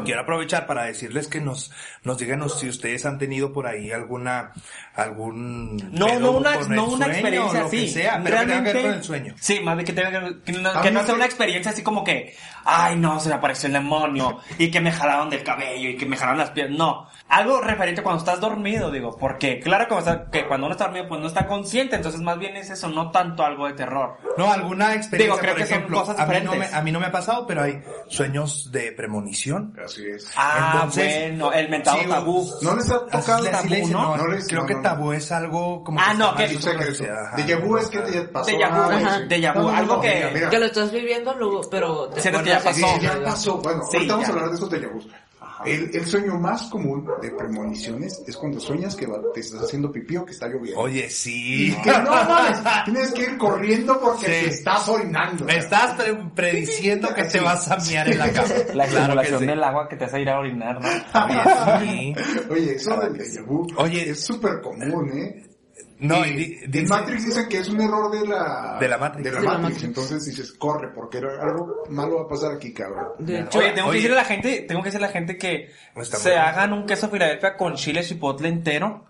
S1: Quiero aprovechar para decirles que nos, nos díganos si ustedes han tenido por ahí alguna, algún.
S2: No,
S1: pedo
S2: no una,
S1: con el
S2: no una
S1: sueño,
S2: experiencia
S1: lo que
S2: así.
S1: sea, pero que tenga que
S2: Realmente.
S1: ver con el sueño.
S2: Sí, más de que tenga que, que no,
S3: A
S2: que
S3: mí
S2: no
S3: me-
S2: sea una experiencia así como que, ay no, se me apareció el demonio y que me jalaron del cabello y que me jalaron las piernas. No, algo referente cuando estás dormido, digo, porque claro como está- que cuando uno está dormido pues no está consciente, entonces más bien es eso, no tanto algo de terror.
S1: No, alguna experiencia,
S2: Digo, creo
S1: por
S2: que son
S1: ejemplo.
S2: cosas
S1: a, mí no me,
S2: diferentes.
S1: a mí no me ha pasado, pero hay sueños de premonición.
S3: Así es.
S2: Ah,
S1: Entonces,
S2: bueno, el mentado
S1: sí,
S2: tabú.
S3: ¿No les ha
S1: Así
S3: tocado
S1: le- así
S3: tabú,
S1: le dicen,
S3: no?
S1: no,
S3: No les-
S1: creo
S3: no,
S1: que
S3: no.
S1: tabú es algo como
S2: Ah, no,
S1: está mal
S2: que-
S3: Es un
S1: visto,
S3: secreto.
S1: ajá.
S3: Déjà vu es que te pasó
S2: Déjà vu,
S3: algo,
S4: ajá,
S3: sí.
S2: déjà vu, algo que-
S3: mira, mira.
S4: Que lo estás viviendo luego, pero te
S2: Siento que ya
S4: acuerdas.
S3: Sí,
S2: pasó.
S3: ya pasó. Bueno,
S2: Sí,
S3: ahorita vamos
S2: ya.
S3: a hablar de esos déjà vus. El, el sueño más común de premoniciones es cuando sueñas que va- te estás haciendo pipí o que está lloviendo.
S1: Oye, sí.
S3: Que no mames, tienes que ir corriendo porque
S1: Sí.
S3: te estás orinando.
S1: Me estás pre- prediciendo que te vas a miar en la cama. Claro
S2: La
S1: que
S2: estimulación
S1: sí.
S2: del agua que te hace ir a orinar, ¿no?
S1: Oye, sí.
S3: Oye, eso del déjà vu
S1: Oye.
S3: es súper común, ¿eh?
S1: No,
S3: y,
S1: y di-
S3: en
S1: dice-
S3: Matrix dicen que es un error de la...
S1: De la Matrix.
S3: de la
S4: De la
S3: Matrix.
S4: Matrix.
S3: Entonces dices, corre, porque algo malo va a pasar aquí, cabrón.
S4: De hecho,
S2: Oye, tengo
S1: Oye.
S2: que decirle a la gente, tengo que decirle a la gente que
S1: Está
S2: se
S1: muy bien.
S2: hagan un queso Filadelfia con chile chipotle entero,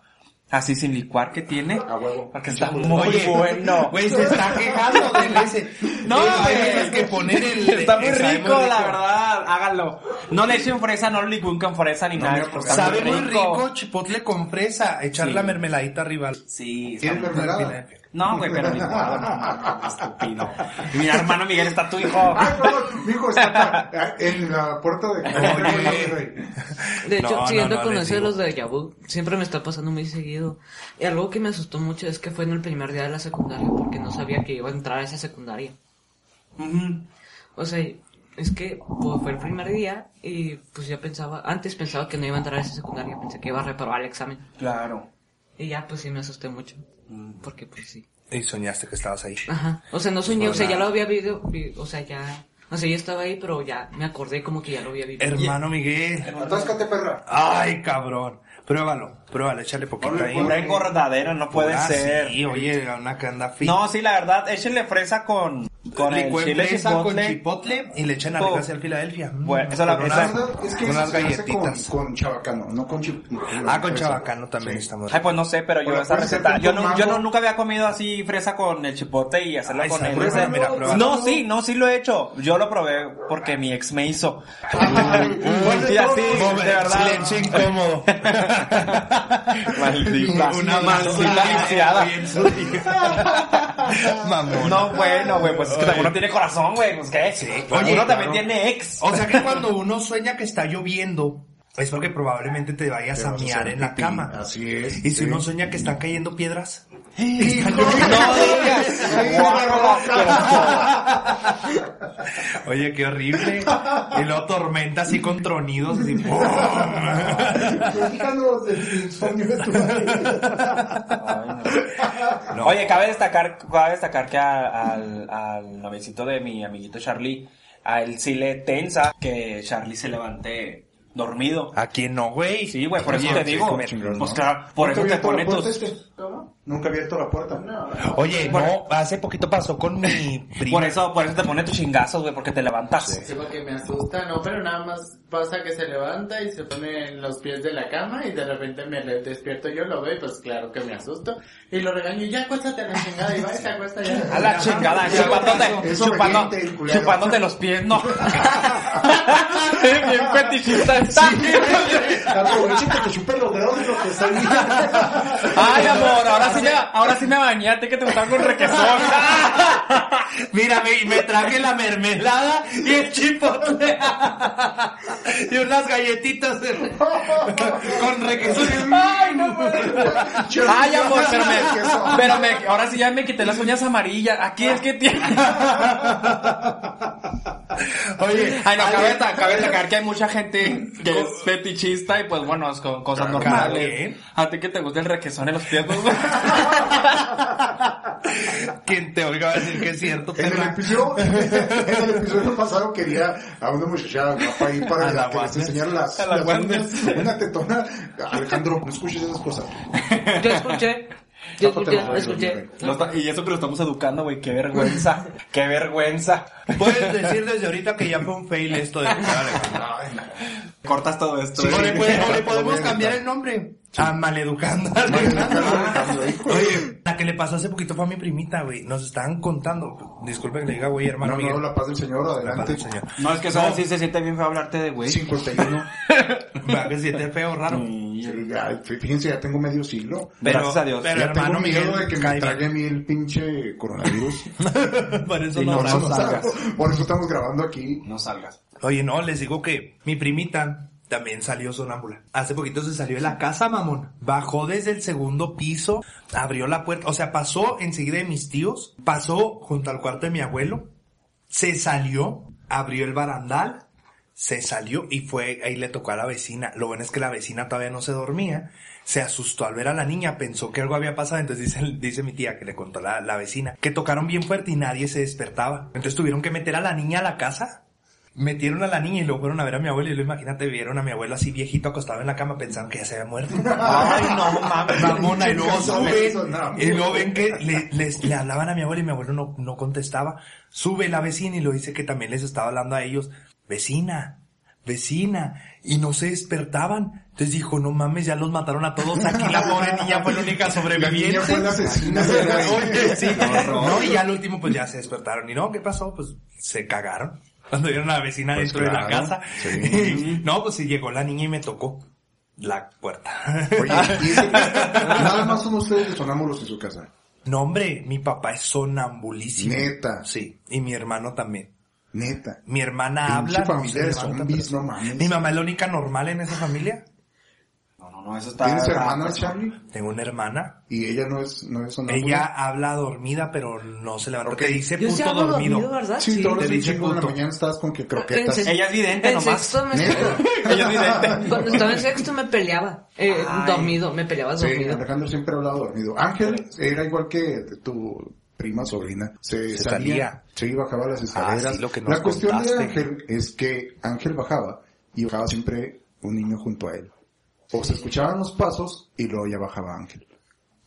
S2: así sin licuar que tiene,
S3: A huevo.
S2: porque está muy
S1: Oye,
S2: bueno.
S1: Güey, se está quejando del ese.
S2: No,
S1: Eh, hay
S2: güey.
S1: veces que poner el...
S2: Está muy
S1: sabe
S2: rico, la verdad, háganlo. No le echen fresa, no le licúen con fresa ni
S3: No,
S2: nada.
S3: mira, porque
S2: está
S1: Sabe muy rico chipotle con fresa, echar
S2: Sí.
S1: la mermeladita arriba.
S2: Sí, está
S3: ¿Quieres
S2: muy-
S3: mermelada?
S2: No, güey, pero licuado, no, mames, estúpido. Mira, hermano Miguel, está tu hijo.
S1: Ah.
S3: Ay, perdón, mi hijo está acá, en la puerta de...
S1: Oye.
S4: de hecho,
S1: No, no,
S4: siguiendo
S1: no,
S4: con
S1: les
S4: eso de
S1: digo.
S4: los de Yabu, siempre me está pasando muy seguido. Y algo que me asustó mucho es que fue en el primer día de la secundaria, porque no sabía que iba a entrar a esa secundaria.
S2: Ujú.
S4: O sea, es que pues, fue el primer día y pues ya pensaba, antes pensaba que no iba a entrar a esa secundaria, pensé que iba a reprobar el examen.
S2: Claro.
S4: Y ya pues sí me asusté mucho.
S2: Mm.
S4: Porque pues sí.
S1: Y soñaste que estabas ahí.
S4: Ajá. O sea, no soñé, o sea, ya
S2: Hola.
S4: lo había vivido, vi- o sea, ya, o sea, yo estaba ahí, pero ya me acordé como que ya lo había vivido.
S1: Hermano Miguel.
S3: Atáscate, perra.
S1: Ay, cabrón. Pruébalo, pruébalo, échale poquito
S3: Ponle,
S1: ahí.
S3: ponle.
S2: Una engordadera, no puede
S1: Ah,
S2: ser.
S1: Sí, oye, una que anda fit.
S2: No, sí, la verdad, échenle fresa con, con el
S1: Licuen
S2: chile
S1: fresa con
S2: chipotle.
S1: chipotle y le echan
S2: Oh.
S1: arriba hacia el Filadelfia. Mm,
S2: Bueno, esa la-
S1: con
S2: esa-
S3: La
S1: unas-
S3: verdad es que
S1: con
S3: eso
S1: unas
S3: se hace con,
S1: galletitas.
S3: con chabacano, no con chip.
S1: Ah, con chabacano también estamos.
S2: Ay, pues no sé, pero yo
S3: Bueno,
S2: esa
S3: puede ser
S2: receta,
S3: con
S2: yo, no,
S3: mango.
S2: yo no, nunca había comido así fresa con el chipotle y hacerla
S1: Ay,
S2: con
S1: sabe,
S2: el...
S1: pruébalo,
S2: ese-
S1: mira, pruébalo.
S2: No, sí, no, sí lo he hecho. Yo lo probé porque mi ex me hizo.
S3: bueno,
S2: y así, de
S1: Pobre,
S2: verdad.
S1: Silencio incómodo.
S2: Maldita,
S1: Una
S2: maldita
S1: manzana.
S2: lisiada.
S1: bien subida. Mamona.
S2: No, bueno, güey, pues es que
S1: Oye.
S2: uno tiene corazón, güey, pues qué.
S1: Sí,
S2: Oye,
S1: claro.
S2: uno también tiene ex.
S1: O sea que cuando uno sueña que está lloviendo, es porque probablemente te vayas a miar en la cama.
S3: Así es.
S1: Y si uno sueña que están cayendo piedras,
S2: No digas. Guácala,
S1: oye, qué horrible. Y luego tormenta así con tronidos, así. ¡pum!
S3: Cuéntanos el sueño de tu madre.
S1: No.
S2: Oye, cabe destacar, cabe destacar que a- al, al novecito de mi amiguito Charlie, a él sí le tensa que Charlie se levante dormido.
S1: ¿A quién no, güey?
S2: Sí, güey, por eso
S1: Oye,
S2: te
S1: Ah. sí,
S2: digo.
S1: come-
S3: chingón,
S2: Pues
S3: ¿no?
S2: claro, por eso te pone
S3: puerta
S2: tus...
S3: este? Nunca abierto la puerta. No.
S1: Oye, no, hace poquito pasó con mi prima.
S2: Por eso, por eso te pone tus chingazos, güey, porque te levantas.
S5: Sí, porque me asusta, ¿no? Pero nada más pasa que se levanta y se pone en los pies de la cama y de repente me le- despierto yo, lo veo y pues claro que me asusto. Y lo regaño y ya acuéstate a la chingada y va y se acuesta ya.
S2: A la chingada,
S3: Eso-
S2: chupándote,
S3: eso
S2: chupando,
S3: obediente, el culero.
S2: chupándote los pies, no. Bien fetichista está.
S3: Aprovecha que te chupé los dedos de lo que está ahí.
S2: Ay, amor, ahora sí me, ahora sí me bañaste que te gustaba con requesón.
S1: Mira, me, me traje la mermelada y el chipotle. y unas galletitas de- con requesón.
S2: Ay, no, güey. Ay, amor, pero me, pero me, ahora sí ya me quité las uñas amarillas. Aquí es que tiene.
S1: Oye,
S2: Ay, no, cabe, destacar- cabe destacar que hay mucha gente que es fetichista y pues bueno, es con cosas
S1: Claro,
S2: normales.
S1: bien.
S2: A ti que te gusta el requesón en los pies, pues, güey.
S1: quien te oiga va a decir que es cierto,
S3: En el,
S1: perra.
S3: episodio, en el episodio pasado quería a una muchacha guapa ahí
S1: A
S3: para
S1: la
S3: que les
S1: Warner.
S3: enseñara las,
S2: A la
S3: las
S2: Warner.
S3: uñas. Una tetona. Alejandro, no escuches esas cosas.
S4: Yo escuché, Yo,
S3: Tápate
S4: yo
S3: los oídos,
S4: escuché.
S3: mi
S2: Lo está- y eso que lo estamos educando, güey, qué vergüenza, qué vergüenza.
S1: Puedes decir desde ahorita que ya fue un fail esto de educar a Alejandro. Ay, no.
S2: Cortas todo esto.
S1: O
S2: güey.
S1: le, puede- o le pues, podemos
S3: Sí.
S1: cambiar el nombre a Maleducando a Alejandro. Oye, la que le pasó hace poquito fue a mi primita, güey. Nos estaban contando. Disculpe que le diga, güey, hermano.
S3: No, no,
S1: Miguel.
S3: la paz del Señor,
S1: La
S3: adelante.
S1: paz del Señor.
S2: No, es que eso sí se siente bien feo hablarte de güey.
S3: 51.
S1: Va, que siente feo, raro.
S3: Sí, ya, Fíjense, ya tengo medio siglo.
S1: Pero,
S2: Mm, Gracias a Dios.
S1: Pero
S3: ya
S1: hermano
S3: tengo miedo
S1: Miguel,
S3: de que me
S1: cae
S3: trague a mí el pinche coronavirus.
S1: bien. Por eso
S2: Y
S1: no
S2: no
S1: hablamos.
S3: Por eso
S2: salgas.
S3: estamos- Por eso estamos grabando aquí.
S2: No salgas.
S1: Oye, no, les digo que mi primita también salió sonámbula. Hace poquito se salió de la casa, mamón. Bajó desde el segundo piso, abrió la puerta, o sea, pasó enseguida de mis tíos, pasó junto al cuarto de mi abuelo, se salió, abrió el barandal, se salió y fue, ahí le tocó a la vecina. Lo bueno es que la vecina todavía no se dormía. Se asustó al ver a la niña, pensó que algo había pasado, entonces dice, dice mi tía que le contó la, la vecina, que tocaron bien fuerte y nadie se despertaba. Entonces tuvieron que meter a la niña a la casa Metieron a la niña y luego fueron a ver a mi abuelo y lo imagínate, vieron a mi abuelo así viejito acostado en la cama, pensaron que ya se había muerto.
S2: Ay, no mames.
S1: Mamona, y luego
S3: Caso
S1: suben,
S3: sonámbulo.
S1: y luego ven que le, les- le hablaban a mi abuelo y mi abuelo no, no contestaba. Sube la vecina y lo dice que también les estaba hablando a ellos, vecina, vecina, y no se despertaban. Entonces dijo, no mames, ya los mataron a todos, aquí la pobre niña fue la única
S3: La
S1: sobreviviente.
S3: niña fue la asesina.
S1: Oye, sí. No, y ya al último pues ya se despertaron. ¿Y no? ¿Qué pasó? Pues se cagaron. Cuando vieron a la vecina
S3: Pues
S1: dentro de la
S3: claro,
S1: casa.
S3: sí.
S1: no, pues sí llegó la niña y me tocó la puerta.
S3: Oye, y ese- nada más son ustedes los sonámbulos en su casa.
S1: No, hombre, mi papá es sonambulísimo.
S3: Neta.
S1: Sí, y mi hermano también.
S3: Neta.
S1: Mi hermana
S3: Pinche
S1: habla.
S3: familia
S1: se
S3: de
S1: levanta,
S3: zombies,
S1: pero-
S3: no mames.
S1: Mi mamá es la única normal en esa familia.
S2: No, no, no, eso está.
S3: ¿Tienes
S2: está-
S3: hermana, Charlie?
S1: Tengo una hermana.
S3: Y ella no es, no es sonámbula.
S1: Ella habla dormida, pero no se levanta. Te dice
S4: Yo sí
S1: puto
S4: hablo
S1: dormido.
S4: dormido, ¿verdad?
S3: Sí,
S1: Ah, te
S3: todos los
S1: dice
S3: chingos de la
S1: puto.
S3: mañana estabas con que croquetas.
S4: Entonces-
S2: Ella es vidente
S4: En
S2: nomás.
S4: sexto me...
S3: Neta.
S2: Ella es vidente.
S4: Cuando estaba en sexto me peleaba. Eh,
S2: Ay.
S4: dormido, me peleaba
S3: Sí,
S4: dormido.
S3: Alejandro siempre ha hablado dormido. Ángel era igual que tu prima sobrina. Se,
S1: Se
S3: salía,
S1: salía.
S3: sí, bajaba las escaleras.
S1: Ah, sí, lo que nos
S3: la cuestión de
S1: contaste.
S3: Ángel es que Ángel bajaba y bajaba siempre un niño junto a él. O se escuchaban los pasos y luego ya bajaba Ángel.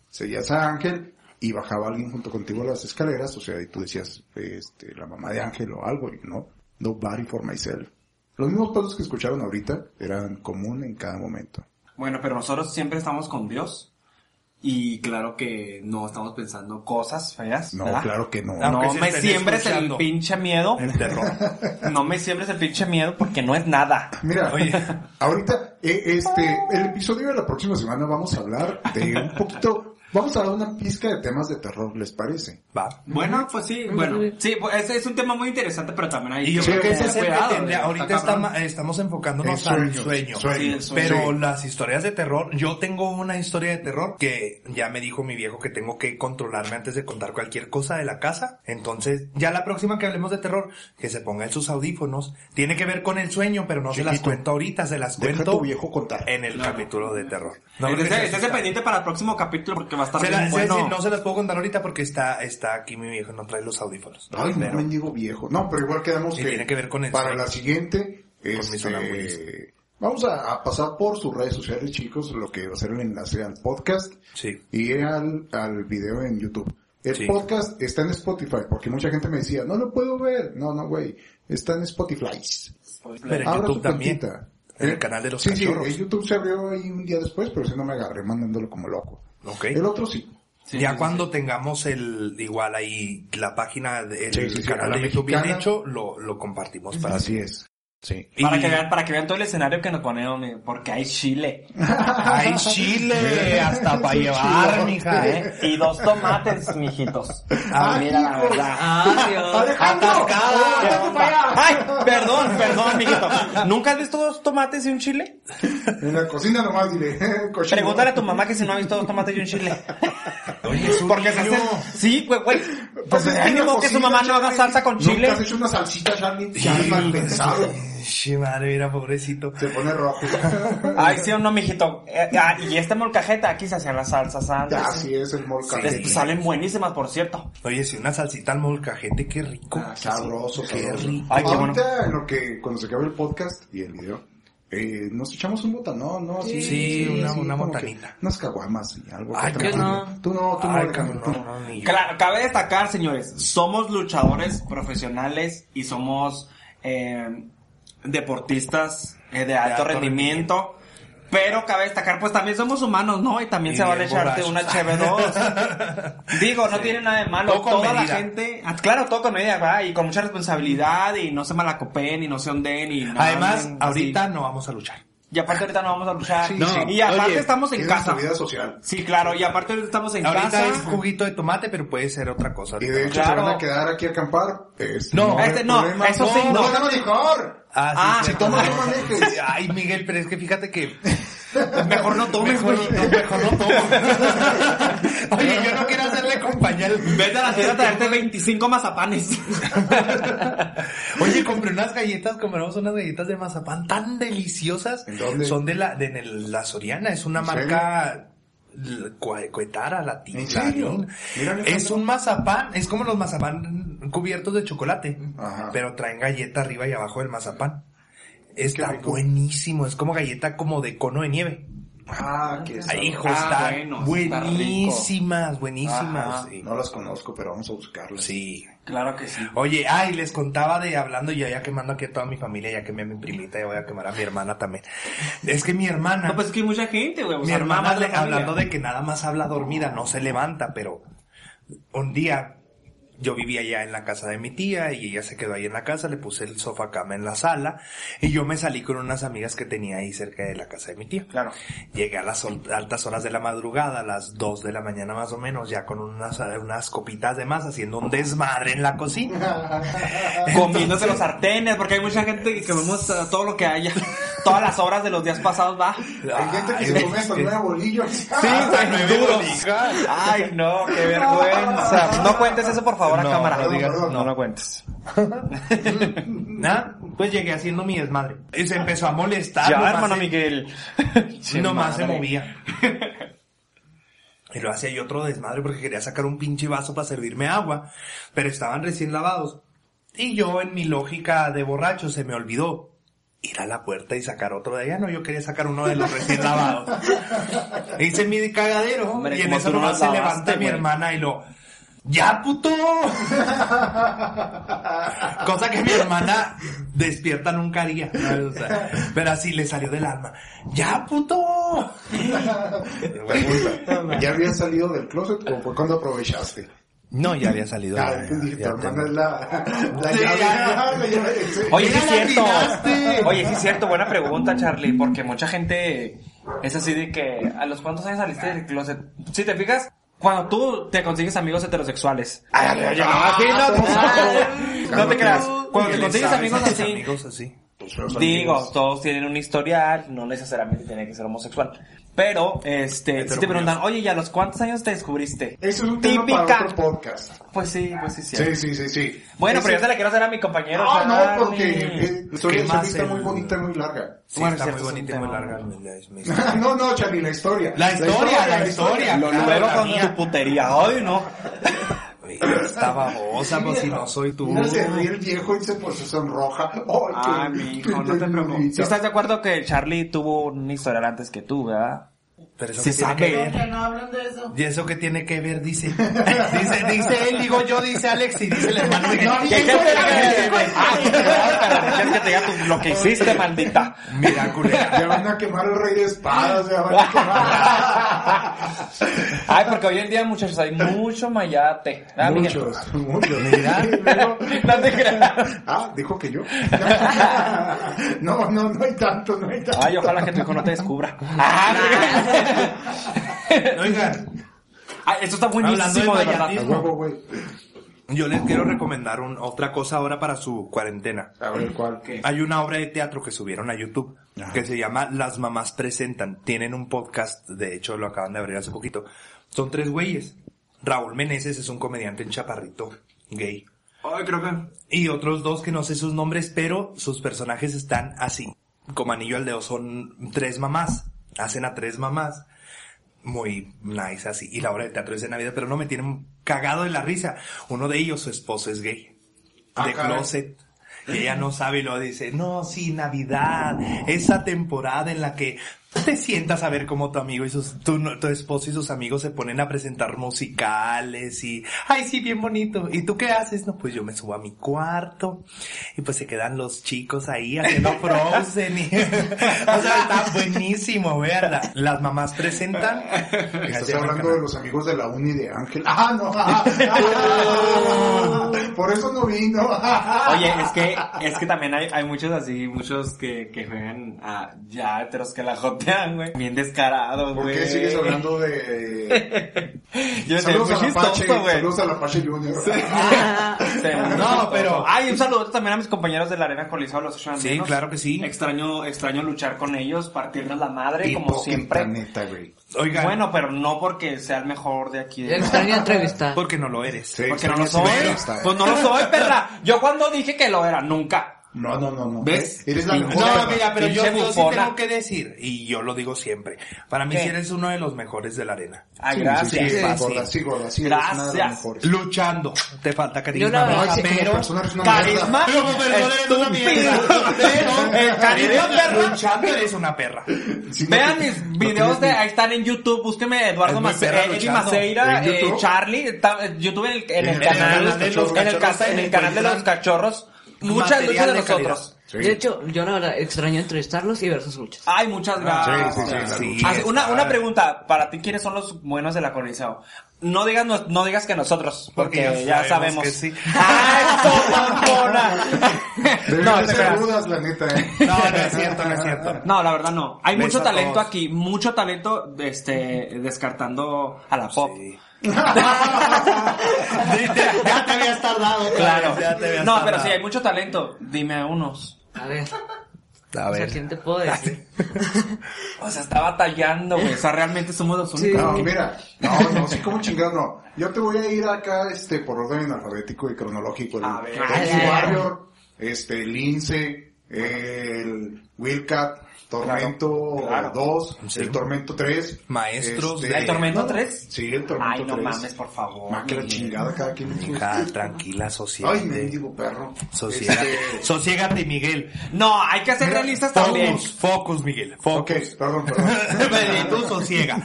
S3: Seguías a Ángel y bajaba alguien junto contigo a las escaleras, o sea, y tú decías, este, la mamá de Ángel o algo, y no, nobody for myself. Los mismos pasos que escucharon ahorita eran común en cada momento.
S2: Bueno, pero nosotros siempre estamos con Dios. Y claro que no estamos pensando cosas feas.
S3: No,
S2: ¿verdad?
S3: claro que no.
S1: Aunque
S2: No
S1: se
S2: me
S1: estén
S2: siembres el
S1: escuchando.
S2: pinche miedo.
S1: El terror.
S2: No me siembres el pinche miedo porque no es nada.
S3: Mira,
S1: Oye.
S3: ahorita, eh, este, el episodio de la próxima semana vamos a hablar de un poquito, vamos a dar una pizca de temas de terror, ¿les parece?
S1: Va.
S2: Bueno, pues sí, bueno. Sí, pues ese es un tema muy interesante, pero también hay
S1: Y yo
S2: que-
S1: creo que ese es el
S2: cuidado,
S1: que tendría-
S3: eh.
S2: güey,
S1: ahorita
S2: está cabrón.
S1: estama- estamos enfocándonos
S3: En
S1: al
S3: sueños,
S1: sueño.
S3: sueños,
S2: Sí, el sueño.
S1: Pero las historias de terror, yo tengo una historia de terror que ya me dijo mi viejo que tengo que controlarme antes de contar cualquier cosa de la casa. Entonces, ya la próxima que hablemos de terror, que se ponga en sus audífonos. Tiene que ver con el sueño, pero no se las
S3: Chiquito.
S1: cuento ahorita, se las
S3: Deja a
S1: cuento
S3: tu viejo contar.
S1: en el capítulo de terror. No, porque se
S2: Estés estés
S1: asusta.
S2: pendiente para el próximo capítulo porque va a estar
S1: Se la-
S2: bien
S1: se-
S2: bueno.
S1: sí, no se las puedo contar ahorita porque está, está aquí mi viejo, no trae los audífonos.
S3: Ay, no,
S1: Pero-
S3: mendigo viejo. No, pero igual quedamos
S1: Sí, tiene que ver con el
S3: para
S1: sueño.
S3: la siguiente, este,
S1: mi sonambulismo.
S3: vamos a, a pasar por sus redes sociales, chicos, lo que va a ser el enlace al podcast
S1: Sí.
S3: y al, al video en YouTube. El
S1: Sí.
S3: podcast está en Spotify, porque mucha gente me decía, no lo puedo ver. No, no, güey, está en Spotify.
S2: Pues,
S1: Pero en
S3: Abra
S1: YouTube
S3: su
S1: también.
S3: cuentita.
S1: En
S3: Eh,
S1: el canal de los
S3: sí,
S1: cachorros.
S3: Sí, en YouTube se abrió ahí un día después, pero si no me agarré mandándolo como loco.
S1: Ok.
S3: El otro sí.
S2: Sí,
S1: ya
S2: sí,
S1: cuando tengamos el, igual ahí, la página del
S3: Sí, sí, sí,
S1: canal
S3: a la
S1: de YouTube bien
S3: mexicana.
S1: hecho, lo, lo compartimos para
S3: Así es. Sí.
S1: Y-
S2: Para que vean, para que vean todo el escenario que nos ponemos, mi- porque hay chile.
S1: ¡Ay, Chile! Hasta para llevar, mija, eh.
S2: Y dos tomates, mijitos.
S1: Ah,
S2: mira la verdad.
S4: Ah, Dios.
S2: ¡Atascada! ¡Ay! Perdón, perdón, mijito. ¿Nunca has visto dos tomates y un chile?
S3: En la cocina nomás diré. eh, cochino.
S2: Pregúntale a tu mamá que si no ha visto dos tomates y un chile.
S7: Oh,
S1: Oye, es un
S2: Porque se
S1: niño.
S2: hacen... Sí, güey, güey.
S3: Pues es que en la
S2: mínimo que su
S3: cocina,
S2: mamá no haga
S3: Charlie,
S2: salsa con chile.
S3: Nunca has hecho una salsita, Charlie. Ya es mal pensado.
S1: Sí, madre, mira, pobrecito.
S3: Se pone rojo.
S2: Ay, sí o no, mijito. Eh, ah, y esta molcajeta, aquí se hacían las salsas antes.
S3: Así es el molcajete.
S2: Es- Salen buenísimas, por cierto.
S1: Oye, si una salsita al molcajete, qué rico.
S3: Ah, sabroso,
S1: Qué
S3: sabroso.
S1: rico.
S2: Ay, qué bueno.
S3: Ahorita, en lo que, cuando se acabe el podcast y el video, eh, nos echamos un botanón, ¿no? Así,
S1: Sí, una- una
S3: como
S1: botanita.
S3: que Unas caguamas y algo.
S1: Ay,
S3: que
S1: yo
S3: tomar.
S4: no.
S3: Tú no, tú no.
S1: Ay,
S3: Alejandro,
S1: cabrón,
S3: tú no.
S1: no, ni yo.
S2: Claro, cabe destacar, señores, somos luchadores profesionales y somos eh, deportistas eh, de alto
S1: alto
S2: rendimiento. Pero cabe destacar, pues también somos humanos, ¿no? Y también
S1: Y
S2: se vale
S1: bien
S2: echarte
S1: borrachos.
S2: una HB2. Digo, no tiene nada de malo.
S1: Todo con
S2: Toda la
S1: medida.
S2: gente, ah, claro, todo con medida, ¿verdad? Y con mucha responsabilidad y no se malacopen y no se onden y no
S1: Además,
S2: anden así.
S1: ahorita no vamos a luchar.
S2: pues, Y aparte ahorita no vamos a luchar.
S3: Sí,
S6: sí.
S2: Y aparte
S6: Oye,
S2: estamos en
S3: Tienes
S2: casa.
S3: tu vida social.
S2: Sí, claro, y aparte ahorita estamos en
S1: ahorita
S2: casa.
S1: es juguito de tomate, pero puede ser otra cosa.
S3: Y
S1: ahorita.
S3: de hecho
S2: Claro.
S3: se van a quedar aquí a acampar. Este,
S1: No,
S3: hay
S2: este no,
S3: problema.
S2: eso sí, no.
S3: No, dame licor.
S2: Ah,
S1: Ah, sí,
S2: si
S1: sí,
S3: tomas,
S1: sí.
S3: no manejes.
S1: Ay, Miguel, pero es que fíjate que
S2: Mejor no tomes,
S1: mejor,
S2: güey.
S1: no, mejor no tomo. Oye, yo no quiero hacerle compañía al
S2: Vete a la tienda a traerte 25 mazapanes.
S1: Oye, compré unas galletas, compramos unas galletas de mazapán tan deliciosas.
S3: ¿En dónde?
S1: Son de la, de en el- la Soriana, es una
S3: ¿En
S1: marca l- cua- cuetara, latina.
S3: ¿En serio? Mira, Alejandro.
S1: Es un mazapán, es como los mazapán cubiertos de chocolate,
S3: Ajá.
S1: pero traen galleta arriba y abajo del mazapán. Está
S3: rico.
S1: buenísimo, es como galleta como de cono de nieve.
S3: Ah, que
S1: Ay, hijo,
S2: Ah,
S1: está
S2: bueno, está rico.
S1: buenísimas, buenísimas.
S2: Ajá.
S1: sí.
S3: No las conozco, pero vamos a buscarlas.
S1: Sí.
S2: Claro que sí.
S1: Oye, ay, les contaba de hablando ya, ya quemando aquí a toda mi familia, ya quemé a mi primita, ya voy a quemar a mi hermana también. Es que mi hermana,
S2: No, pues es que hay mucha gente, güey. o
S1: mi
S2: sea,
S1: hermana
S2: nada más
S1: le-
S2: la familia.
S1: hablando de que nada más habla dormida, no se levanta, pero un día yo vivía ya en la casa de mi tía y ella se quedó ahí en la casa, le puse el sofá cama en la sala y yo me salí con unas amigas que tenía ahí cerca de la casa de mi tía.
S2: Claro.
S1: Llegué a las hol- altas horas de la madrugada, a las 2 de la mañana más o menos, ya con unas, unas copitas de más, haciendo un desmadre en la cocina.
S2: Comiéndose los sartenes, porque hay mucha gente que comemos uh, todo lo que haya. Todas las horas de los días pasados va. Ah,
S3: Hay gente que se
S1: este,
S3: come hasta nueve bolillos.
S2: Sí,
S1: Hasta
S2: güey,
S1: nueve
S2: duros.
S1: bolijas.
S2: Ay, no, qué vergüenza. No cuentes eso, por favor, a
S1: No,
S2: cámara.
S1: no digas,
S2: no lo cuentes.
S1: ¿Ah? Pues llegué haciendo mi desmadre. Y se empezó a molestar.
S2: ya,
S1: nomás
S2: hermano
S1: se-
S2: Miguel.
S1: nomás se
S2: Madre.
S1: movía. Y lo hacía yo otro desmadre porque quería sacar un pinche vaso para servirme agua, pero estaban recién lavados. Y yo, en mi lógica de borracho, se me olvidó ir a la puerta y sacar otro de allá. No, yo quería sacar uno de los recién lavados. Hice mi cagadero
S2: Hombre,
S1: y en
S2: como
S1: eso
S2: tú no
S1: nomás se
S2: lavaste,
S1: levanta mi
S2: güey.
S1: hermana y lo... ¡Ya, puto! Cosa que mi hermana despierta nunca haría. ¿no? O sea, pero así le salió del alma. ¡Ya, puto!
S3: Pregunta, ¿Ya habías salido del closet o fue cuando aprovechaste?
S1: No, ya había salido.
S3: Ah,
S1: ya,
S3: entendí,
S1: ya,
S3: tu
S1: ya
S3: hermana
S1: tengo.
S3: es la, la
S1: Sí,
S3: llave,
S1: ya.
S3: la llave del cel.
S2: Oye, sí
S1: Mira,
S2: es
S1: la
S2: cierto.
S1: atinaste.
S2: Oye, sí es cierto. Buena pregunta, Charlie. Porque mucha gente es así de que a los cuantos años saliste del closet. Si te fijas, cuando tú te consigues amigos heterosexuales. Ay, ay, ay, no, sí, no, no, no te creas. Cuando te
S1: ¿Le
S2: consigues
S1: sabes
S2: amigos
S1: a tus
S2: así,
S1: amigos así.
S3: Tus feos
S2: digo,
S3: amigos.
S2: todos tienen un historial, no necesariamente tiene que ser homosexual. Pero, este, si te preguntan, oye, ¿y a los cuántos años te descubriste?
S3: Eso es un tema para otro podcast.
S2: Pues sí, pues sí, sí.
S3: Sí, sí, sí, sí.
S2: Bueno, pero yo
S3: Ese-
S2: se la quiero hacer a mi compañero.
S3: No, no,
S2: Charlie.
S3: porque eh, la
S1: ¿Qué
S3: historia
S1: más
S3: es
S1: el-
S3: muy bonita y muy larga.
S1: Sí,
S2: Bueno,
S1: está
S2: cierto,
S1: muy
S2: es un
S1: bonita y muy
S2: tema.
S1: larga. mi- mi-
S3: no, no, Charlie, la historia.
S1: La historia, la historia.
S3: Lo
S1: Claro,
S2: Luego
S3: nuevo
S1: la
S2: con
S1: mía.
S2: tu putería. Ay, no.
S1: mi- Está babosa, pues si no soy tú.
S3: Mira, se ríe el viejo y se puso sonroja. Ay, Oh, qué-
S2: Ah, mijo, no te preocupes. Si estás de acuerdo que Charlie tuvo un historial antes que tú, ¿verdad?
S1: Pero eso
S2: Sí
S1: que tiene
S2: sabe.
S1: que ver.
S5: Que no hablan de eso.
S1: ¿Y eso que tiene que ver? Dice. Dice, dice él, digo yo, dice Alex y dice el hermano. de-
S2: ¿Qué qué- qué- qué- qué- Ah, qué- qué- quieres que te diga tú lo que hiciste, maldita.
S1: Mira, culera.
S3: Ya van a quemar el rey de espadas, ya van a quemar.
S2: Ay, porque hoy en día, muchachos, hay mucho mayate. Ah, Miguel.
S3: muchos, muchos.
S1: Mira.
S3: Y luego-
S2: No te creas.
S3: Ah, dijo que yo. No, no, no hay tanto, no hay tanto.
S2: Ay, ojalá que tu hijo no te descubra. Ah, Miguel.
S1: Oigan,
S2: Ay, esto Ah, está buenísimo,
S1: Hablando de
S2: de verdad.
S3: A
S1: mayatismo.
S3: huevo, güey.
S1: yo les quiero recomendar un- otra cosa ahora para su cuarentena.
S3: A ver cuál.
S1: Hay una obra de teatro que subieron a YouTube
S3: Ajá.
S1: que se llama Las mamás presentan. Tienen un podcast, de hecho lo acaban de abrir hace poquito. Son tres güeyes. Raúl Meneses es un comediante en chaparrito, gay.
S2: Ay, creo que...
S1: Y otros dos que no sé sus nombres, pero sus personajes están así. Como anillo al dedo son tres mamás. Hacen a tres mamás. Muy nice así. Y la obra de teatro es de Navidad, pero no me tienen cagado de la risa. Uno de ellos, su esposo es gay.
S3: Ah,
S1: de
S3: caray.
S1: closet. que ella no sabe y lo dice, no, sí, Navidad, esa temporada en la que te sientas a ver cómo tu amigo y sus, tu, tu esposo y sus amigos se ponen a presentar musicales y, ay, sí, bien bonito. ¿Y tú qué haces? No, pues yo me subo a mi cuarto y pues se quedan los chicos ahí haciendo Frozen y, o sea, está buenísimo, veanla. Las mamás presentan.
S3: Estás hablando de los amigos de la uni de Ángel. ¡Ah, no! ¡Ah! ¡Ah! Por eso no vino.
S2: Oye, es que, es que también hay, hay muchos así, muchos que, que juegan a ya heteros que la jotean, güey. Bien descarados,
S3: ¿Por
S2: güey.
S3: qué sigues hablando de...
S2: Yo sé,
S3: Saludos
S2: muy
S3: a la Apache,
S2: chistoso, güey.
S3: saludos a la Apache Junior.
S2: Sí, no, pero. Ay, un saludo también a mis compañeros de la Arena Coliseo, los ocho
S1: Sí,
S2: andinos.
S1: claro que sí.
S2: Extraño, extraño luchar con ellos, partirnos la madre, como
S3: Hipócrita,
S2: siempre.
S3: neta, güey.
S1: Oigan,
S2: Bueno, pero no porque sea el mejor de aquí.
S4: Yo
S2: de-
S4: extraño entrevistar.
S1: porque no lo eres.
S3: Sí,
S2: Porque no lo
S3: extrañas
S2: soy.
S3: el entrevista, eh.
S2: Pues no lo soy, perra. Yo cuando dije que lo era, nunca.
S3: No, no, no, no.
S2: ¿Ves?
S3: Eres la
S2: No,
S3: mejor.
S1: No,
S3: hermano.
S1: mira, pero yo,
S2: Pinche
S1: yo sí
S2: bufona.
S1: tengo que decir, y yo lo digo siempre, para mí
S2: ¿Qué?
S1: sí eres uno de los mejores de la arena.
S2: Ay,
S3: Sí,
S2: gracias.
S3: Sí, sí,
S1: fácil.
S3: gorda, sí, gorda, sí, eres una de las
S2: Gracias.
S3: mejores.
S1: Luchando, te falta
S4: Yo la
S1: carisma,
S4: verdad
S1: ¿no?
S4: sí-
S3: Como
S1: pero...
S3: persona eres una
S2: Carisma,
S3: mierda.
S2: estúpido. Pero, eh,
S1: Eres-
S2: carisma, perra.
S1: Luchando eres una perra.
S3: Sí, no
S2: Vean
S3: tienes-
S2: mis
S3: no
S2: videos
S3: tienes
S2: de,
S3: ni-
S2: ahí están en YouTube, búsqueme Eduardo
S1: Es muy perra
S2: Mace- eh, Eddie
S1: luchando.
S2: Maceira,
S3: ¿En
S2: eh,
S3: YouTube?
S2: Charlie, está- eh, YouTube en el, en el
S3: En el
S2: canal,
S3: canal de los
S2: en el
S3: cachorros.
S2: ca- en el canal de los
S1: Encuentran
S2: cachorros, muchas luchas
S1: material
S2: de
S1: de calidad.
S2: nosotros.
S3: Sí.
S4: De hecho, yo la verdad extraño entrevistarlos y ver sus luchas.
S2: Ay, muchas gracias.
S3: Sí, sí, sí,
S1: Sí,
S3: claro.
S2: Ah,
S1: está-
S2: una, una pregunta, para ti, ¿quiénes son los buenos de la Coliseo? No digas, no, no digas que nosotros, porque,
S1: Porque
S2: ya
S1: ya sabemos
S2: sabemos.
S1: que sí.
S2: ¡Ah, esto, mamola!
S3: Deberían
S2: No,
S3: de
S2: espera.
S3: ser rudas, la neta, eh.
S1: No, no es cierto, no es cierto.
S2: No, la verdad no. Hay
S1: Beso
S2: mucho
S1: a
S2: talento
S1: todos.
S2: aquí, mucho talento, este, descartando a la pop.
S1: Sí.
S5: Ya te habías tardado.
S2: Claro.
S1: Ya te habías
S2: No,
S1: tardado.
S2: pero sí, hay mucho talento. Dime a unos.
S4: A ver,
S1: A
S4: o sea,
S1: ver.
S4: ¿quién te puedo decir?
S2: O sea, está batallando, güey. O sea, realmente somos los
S4: Sí.
S2: únicos.
S3: No, mira, no, no, sí, como chingado, no. Yo te voy a ir acá, este, por orden alfabético y cronológico. El
S2: A ver.
S3: Rocky
S4: Ay, ay, ay.
S3: Warrior, este, Lince, el Wildcat, Tormento 2,
S2: Claro, claro.
S1: Sí.
S3: el Tormento 3.
S1: Maestros
S2: ¿El Tormento 3?
S3: Sí, el Tormento 3.
S2: Ay, no mames, por favor.
S3: Más que la
S2: Miguel.
S3: chingada cada quien.
S1: Hija, tranquila, sociedad.
S3: Ay, mendigo perro.
S1: Sosiégate.
S3: Este,
S1: Sosiégate, Miguel.
S2: No, hay que hacer realistas también.
S1: Focus, focus, Miguel. Focus.
S3: Ok, perdón, perdón.
S1: Pero tú sosiega.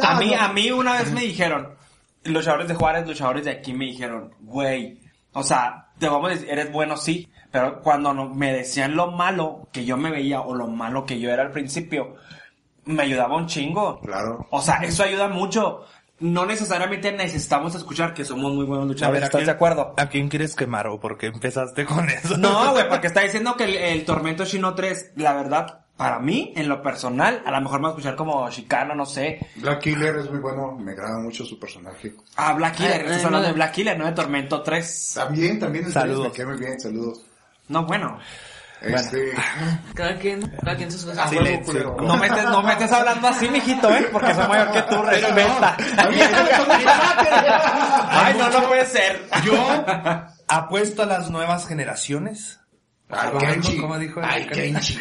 S2: a mí, a mí una vez me dijeron, luchadores de Juárez, luchadores de aquí me dijeron, güey, o sea, te vamos a decir, eres bueno, sí, pero cuando no- me decían lo malo que yo me veía o lo malo que yo era al principio, me ayudaba un chingo.
S3: Claro.
S2: O sea, eso ayuda mucho. No necesariamente necesitamos escuchar que somos muy buenos luchadores.
S1: ¿a
S2: ¿Estás
S1: quién-
S2: de acuerdo?
S1: ¿A quién quieres quemar o por qué empezaste con eso?
S2: No, güey, porque está diciendo que el, el Tormento Shino 3, la verdad, para mí, en lo personal, a lo mejor me va a escuchar como chicano, no sé,
S3: Black Killer es muy bueno, me agrada mucho su personaje.
S2: Ah, Black Killer,
S4: Eh,
S2: estás
S4: eh,
S2: hablando
S4: no,
S2: de
S4: de-
S2: Black Killer, no de Tormento 3.
S3: También, también es
S1: Saludos.
S3: me queda muy bien, saludos.
S2: No, bueno.
S3: Este,
S4: Cada quien, cada quien sus
S3: a
S4: cosas.
S3: huevo,
S1: silencio.
S3: culero.
S2: No me, estés, no me estés hablando así, mijito, ¿eh? Porque soy mayor que tú, respeta. Ay, no, no puede ser.
S1: Yo apuesto a las nuevas generaciones.
S3: Al
S1: ¿Cómo
S3: Kenchi.
S1: dijo- cómo dijo el-
S3: Al Kenchi.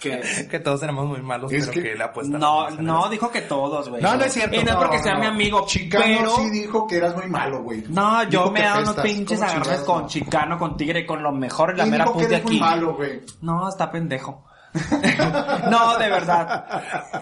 S1: Que todos éramos muy malos,
S3: Es
S1: pero
S3: que-
S1: que, él apuesta a las
S2: No,
S1: nuevas
S2: no,
S1: generaciones.
S2: dijo que todos, güey.
S1: No, no es cierto.
S2: Y no es
S1: No,
S2: porque sea mi amigo,
S3: Chicano
S2: pero...
S3: sí dijo que eras muy malo, güey.
S2: No, yo
S3: Dijo
S2: me he
S3: que
S2: dado unos
S3: apestas.
S2: pinches
S3: ¿Cómo
S2: agarres
S3: chingados,
S2: con
S3: no?
S2: Chicano, con Tigre, con los mejores, la
S3: Sí,
S2: mera
S3: dijo que
S2: pus de
S3: eres muy
S2: aquí.
S3: malo, güey.
S2: No, está pendejo. no, de verdad.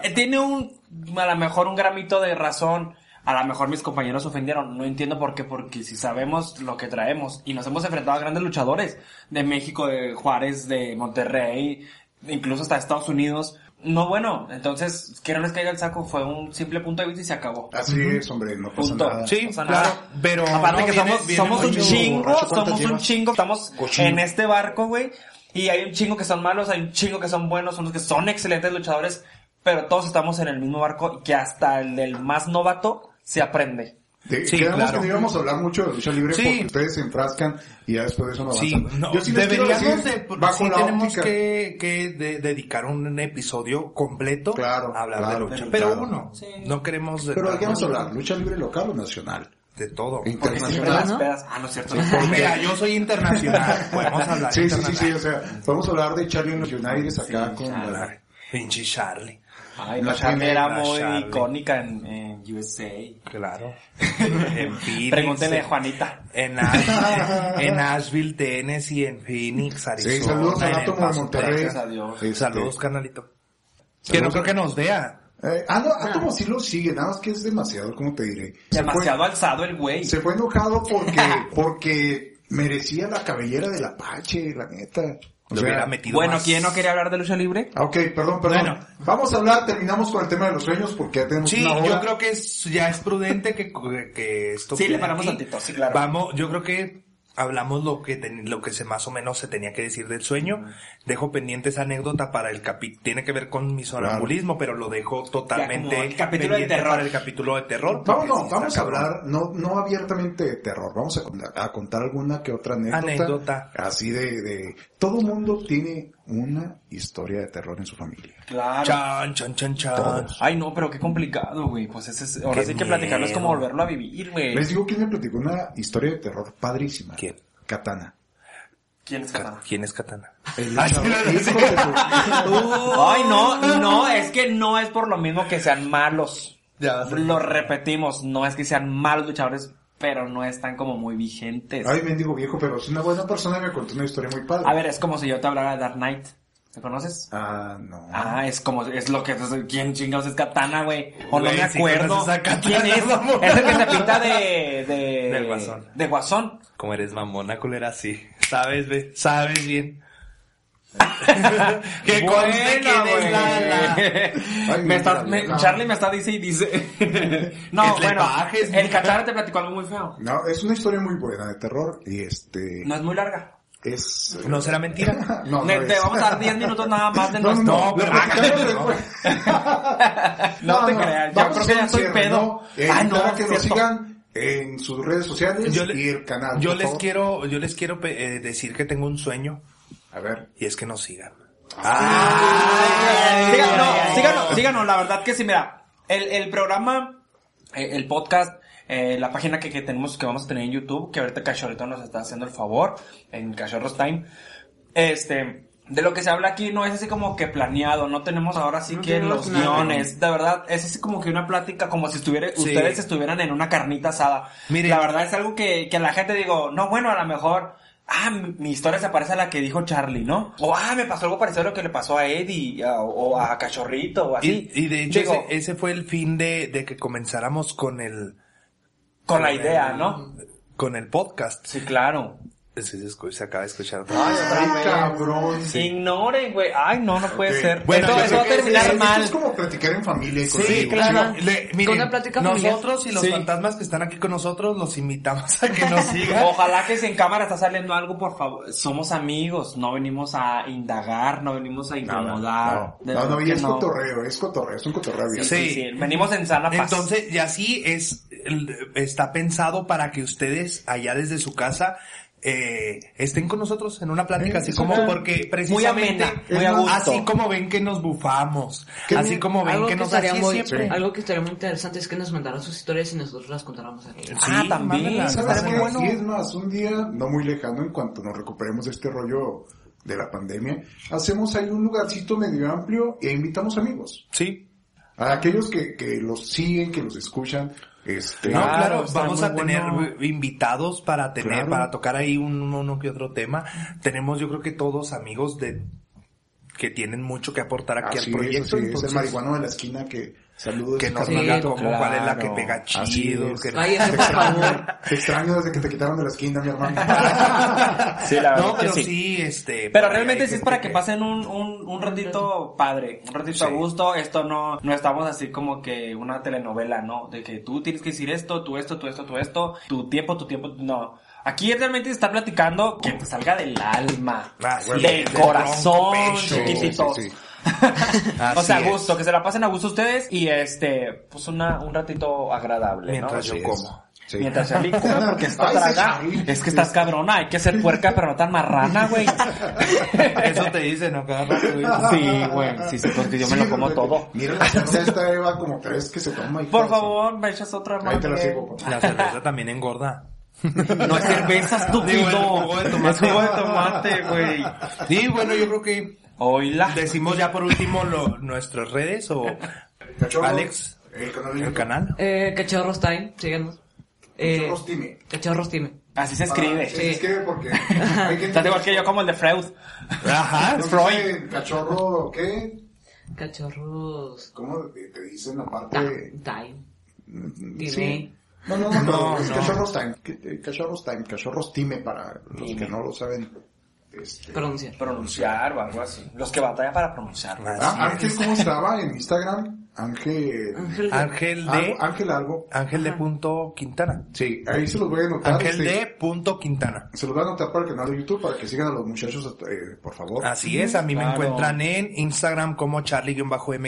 S2: Eh, Tiene un, a lo mejor un gramito de razón. A lo mejor mis compañeros se ofendieron. No entiendo por qué, porque si sabemos lo que traemos y nos hemos enfrentado a grandes luchadores de México, de Juárez, de Monterrey, incluso hasta Estados Unidos. No, bueno, entonces, que no les caiga el saco, fue un simple punto de vista y se acabó.
S3: Así es, hombre, no pasa
S2: Punto.
S3: nada.
S1: Sí,
S2: O sea,
S1: claro,
S2: nada.
S1: pero...
S2: Aparte
S1: no,
S2: que
S1: viene-
S2: somos,
S1: viene
S2: somos un
S1: mucho-
S2: chingo,
S3: borracho, ¿cuántas
S2: somos un
S3: llevas?
S2: chingo, estamos
S3: Cochino.
S2: en este barco, güey. Y hay un chingo que son malos, hay un chingo que son buenos, unos que son excelentes luchadores, pero todos estamos en el mismo barco y que hasta el del más novato se aprende.
S3: De-
S1: Sí,
S3: quedamos
S1: claro.
S3: que no íbamos a hablar mucho de lucha libre
S1: Sí.
S3: porque ustedes se enfrascan y ya después de eso no
S1: Sí,
S3: avanzan.
S1: no,
S3: Yo sí les quiero
S1: deberíamos
S3: decir,
S1: de,
S3: bajo
S1: sí
S3: la
S1: tenemos
S3: óptica,
S1: que, que de- dedicar un episodio completo
S3: Claro,
S1: a hablar
S3: claro,
S1: de lucha.
S3: claro.
S1: Pero uno, no queremos de,
S3: Pero ¿de qué vamos a
S1: de,
S3: hablar? ¿Lucha libre local o nacional?
S1: todo.
S2: Porque siempre
S3: Internacional.
S2: las
S4: ¿no?
S2: pedas- Ah, no es cierto.
S1: Mira, yo soy internacional, podemos hablar
S3: Sí, sí, sí,
S1: internacional.
S3: sí, o sea, vamos a hablar de Charlie and the United acá con la-
S1: Pinche Charlie.
S2: Ay,
S3: La
S2: la Charlie era
S1: la
S2: muy
S1: Charlie.
S2: icónica en, en USA.
S1: Claro. en Phoenix.
S2: Pregúntenle a
S1: en-
S2: Juanita.
S1: En, Ash- en Asheville, Tennessee, en Phoenix, Arizona.
S3: Sí, saludos al
S1: en
S3: átomo de
S1: Paso,
S3: Monterrey.
S1: Texas.
S2: a Dios.
S3: Este,
S1: Saludos, canalito. Que no
S3: Saludos.
S1: creo que nos vea.
S3: eh, ah, no, Átomo sí lo sigue, nada más que es demasiado, como te diré. Se fue-
S2: Demasiado alzado el güey.
S3: Se fue enojado porque, porque merecía la cabellera del Apache, la neta. O
S1: Lo
S3: sea,
S1: hubiera metido
S2: Bueno,
S1: más.
S2: ¿quién no quería hablar de lucha libre?
S3: ah, ok, perdón, perdón.
S1: Bueno.
S3: Vamos a hablar, terminamos con el tema de los sueños porque ya tenemos
S1: Sí,
S3: una hora.
S1: yo creo que es, ya es prudente que, que esto...
S2: Sí,
S1: quede
S2: le paramos
S1: aquí.
S2: tantito, sí, claro.
S1: Vamos, yo creo que hablamos lo que ten- lo que se más o menos se tenía que decir del sueño. Dejo pendiente esa anécdota para el capítulo... Tiene que ver con mi sonambulismo, pero lo dejo totalmente
S2: como el capítulo
S1: pendiente
S2: de terror.
S1: para el capítulo de terror.
S3: Vamos,
S1: porque
S3: no,
S1: sí está
S3: vamos a
S1: cabrón.
S3: hablar, no, no abiertamente de terror, vamos a, contar- a contar alguna que otra anécdota.
S1: Anécdota.
S3: Así de, de, todo mundo tiene una historia de terror en su familia.
S2: Claro.
S1: Chan, chan, chan, chan.
S3: Todos.
S2: Ay, no, pero qué complicado, güey. Pues ese es, ahora
S1: Qué
S2: sí que platicarlo es como
S1: miedo.
S2: volverlo a vivir, güey.
S3: Les digo quién me platicó una historia de terror padrísima.
S1: ¿Quién?
S3: Katana.
S2: ¿Quién es Katana?
S1: ¿Quién es Katana?
S3: El
S1: Ay,
S3: luchador-
S1: sí,
S3: hijo de su-
S2: Ay, no, no, es que no es por lo mismo que sean malos. Lo repetimos, no es que sean malos luchadores, pero no están como muy vigentes.
S3: Ay, mendigo viejo, pero es una buena persona y me contó una historia muy padre.
S2: A ver, es como si yo te hablara de Dark Knight. ¿Te conoces?
S3: Ah, no.
S2: Ah, es como, es lo que, es, ¿quién chingados es Katana, güey? O no
S1: Güey,
S2: me
S1: sí
S2: acuerdo.
S1: conoces a Katana,
S2: ¿Quién es?
S1: mamón.
S2: Es el que se pinta de, de...
S1: Del Guasón.
S2: De Guasón.
S1: Como eres mamona, culera, sí. Sabes, ve, sabes bien. que
S2: Bueno,
S1: conste que
S2: güey.
S1: eres la, la-
S3: Ay,
S2: Me
S3: no,
S2: está-
S3: la
S2: me-
S3: vieja.
S2: Charlie me está dice y dice.
S1: Que
S2: no,
S1: le
S2: bueno,
S1: bajes,
S2: el
S1: mija.
S2: Katana te platicó algo muy feo.
S3: No, es una historia muy buena de terror y este
S2: No es muy larga.
S3: es eh,
S1: No será mentira.
S3: no, no
S2: Le-
S3: es.
S2: te vamos a dar 10 minutos nada más de
S3: No, no,
S2: nuestro.
S3: no,
S1: pero-
S3: la platicamos después.
S2: No te creas, yo creo
S3: vamos a
S2: que
S3: hacer
S2: ya
S3: un
S2: estoy
S3: cierre,
S2: pedo.
S3: ¿no? Eh,
S2: Ah, no,
S3: invitar a que nos
S2: cierto.
S3: sigan en sus redes sociales
S1: Yo le-
S3: y el canal.
S1: Yo
S3: por
S1: les
S3: favor.
S1: quiero, yo les quiero pe- eh, decir que tengo un sueño
S3: A ver.
S1: y es que nos sigan.
S2: Síganos, síganos, síganos, la verdad que sí, mira, el, el programa, eh, el podcast, eh, la página que, que tenemos, que vamos a tener en YouTube, que ahorita Cachorrito nos está haciendo el favor, en Cachorros Time, este, de lo que se habla aquí no es así como que planeado, no tenemos ahora sí
S4: No
S2: que
S4: tenemos
S2: los
S4: nada.
S2: guiones, de verdad, es así como que una plática, como si estuviera,
S1: Sí.
S2: ustedes estuvieran en una carnita asada.
S1: Mire.
S2: la verdad es algo que, que a la gente digo, no, bueno, a lo mejor, ah, mi, mi historia se parece a la que dijo Charlie, ¿no? O, ah, me pasó algo parecido a lo que le pasó a Eddie, a- o a Cachorrito, o así.
S1: Ah, Y, y de hecho,
S2: Digo,
S1: ese, ese fue el fin de, de que comenzáramos con el,
S2: con la idea, ¿no?
S1: con el podcast.
S2: Sí, claro.
S1: Sí, se, escu- se acaba de escuchar.
S3: Ay, cabrón.
S2: Ignoren, güey. Ay, no, no puede
S3: Ok.
S2: ser.
S1: Bueno,
S2: Esto-
S1: yo
S2: esto
S1: sé
S2: va a
S1: que es-
S2: terminar
S3: Esto
S2: mal.
S3: Es como platicar en familia. y con
S1: Sí,
S3: amigos.
S1: claro.
S4: Sí,
S1: Le-
S4: con
S1: miren,
S4: una plática familiar.
S1: nosotros y los
S2: Sí.
S1: fantasmas que están aquí con nosotros los invitamos a que nos sigan.
S2: Ojalá que si en cámara está saliendo algo, por favor. Somos amigos, no venimos a indagar, no venimos a
S3: Nada,
S2: incomodar. De
S3: No, no,
S2: verdad
S3: no, y
S2: que
S3: es cotorreo, es cotorreo, es un cotorreo abierto.
S2: Sí,
S1: Sí.
S2: sí, venimos en sana paz.
S1: Entonces, y así es, el- está pensado para que ustedes allá desde su casa eh, estén con nosotros en una plática,
S3: Eh,
S1: así
S3: es
S1: como
S3: una-
S1: porque
S2: muy
S1: precisamente,
S2: amena, muy
S1: es
S2: a
S1: más,
S2: gusto.
S1: así como ven que nos bufamos,
S3: Qué
S1: así
S3: bien.
S1: como ven
S4: Algo
S1: que
S4: que,
S1: nos
S4: estaría
S1: así es
S4: muy,
S1: siempre.
S4: algo que estaría muy interesante es que nos mandaran sus historias y nosotros las contáramos aquí.
S2: Ah, también,
S1: mándenla,
S2: ¿sabes
S1: estaría
S3: ¿Sabes
S2: muy
S1: muy
S3: qué?
S2: bueno.
S3: Y es más, un día, no muy lejano, en cuanto nos recuperemos de este rollo de la pandemia, hacemos ahí un lugarcito medio amplio e invitamos amigos.
S1: Sí.
S3: A aquellos que, que los siguen, que los escuchan, este...
S1: No,
S2: Claro,
S1: claro,
S2: está
S1: vamos
S2: muy
S1: a tener
S2: bueno.
S1: invitados para tener,
S3: Claro.
S1: para tocar ahí un, uno que otro tema. Tenemos, yo creo que todos amigos de que tienen mucho que aportar aquí
S3: así
S1: al
S3: es,
S1: proyecto.
S3: así es,
S1: entonces,
S3: el marihuano de la esquina que saludos.
S1: que nos
S4: Sí,
S1: diga como
S2: claro.
S1: cuál es la que pega
S3: Así
S1: chido.
S3: es.
S1: que-
S4: Ay, ese, por favor.
S3: Te extraño desde que te quitaron de la esquina, mi hermano.
S2: Sí, la verdad
S1: no,
S2: que
S1: pero sí.
S2: sí.
S1: este.
S2: Pero
S1: por ahí
S2: realmente
S1: hay
S2: sí es
S1: gente
S2: para que
S1: que-
S2: pasen un, un, un ratito padre, un ratito a
S1: Sí.
S2: gusto. Esto no, no estamos así como que una telenovela, ¿no? De que tú tienes que decir esto, tú esto, tú esto, tú esto, tu tiempo, tu tiempo, no. Aquí realmente se está platicando que te salga del alma,
S1: Así
S2: del
S1: es, del
S2: corazón,
S1: ronco pecho.
S2: chiquititos.
S3: Sí, sí, sí.
S2: o sea, a
S1: Así es.
S2: gusto, que se la pasen a gusto ustedes y este, pues una, un ratito agradable, ¿no?
S1: Mientras
S3: Así
S1: yo
S3: es.
S1: como.
S3: Sí.
S2: Mientras se licúa, porque está
S3: Ay, ese
S2: traga.
S3: Charlie.
S2: Es que estás cabrona, hay que ser puerca, pero no tan marrana, güey.
S1: Eso te dicen a cada rato. güey.
S2: Sí, güey, sí, sí, porque yo me
S3: Sí,
S2: lo como
S3: de-
S2: todo.
S3: Mira la cerveza esta Eva como tres que se toma. y
S2: Por
S3: todo eso.
S2: favor, me echas otra
S3: Ahí te la
S2: madre.
S3: sigo, papá.
S1: La cerveza también engorda.
S2: No es cerveza, estúpido.
S1: Digo, el jugo de tomate.
S2: Es jugo de tomate, güey.
S1: Y bueno, yo creo que
S2: Oíla.
S1: Decimos ya por último lo- nuestras redes o
S3: Cachorros,
S1: Alex,
S3: el canal.
S1: el canal.
S4: Eh, cachorros Time, síganos. Eh,
S3: Cachorros Time.
S4: Cachorros Time.
S2: Así se
S3: Ah,
S2: escribe.
S3: sí, Se escribe porque. hay gente-
S2: Estás igual que yo como el de Freud.
S1: Ajá.
S3: No sé, Cachorro, ¿qué?
S4: Cachorros
S3: ¿Cómo te te dicen la
S4: Ta-
S3: parte?
S4: Time.
S3: Mm,
S4: Ah, Dime.
S3: No, no, no,
S1: No,
S3: no, es
S1: no.
S3: Cachorros Time, que- eh, Cachorros Time, Cachorros Time para los que no lo saben. Este,
S4: Pronuncia.
S2: Pronunciar o algo así. Los que batallan para pronunciar.
S3: ah, Ángel, ¿cómo estaba en Instagram? Ángel.
S4: Ángel
S1: Ángel
S4: de-
S1: de
S3: Algo- Ángel algo.
S1: Ángel de punto Quintana.
S3: Sí, ahí se los voy a anotar.
S1: Ángel
S3: sí.
S1: de punto Quintana.
S3: Se los voy a anotar para el canal de YouTube para que sigan a los muchachos, eh, por favor.
S1: Así es, a mí me
S2: Claro.
S1: encuentran en Instagram como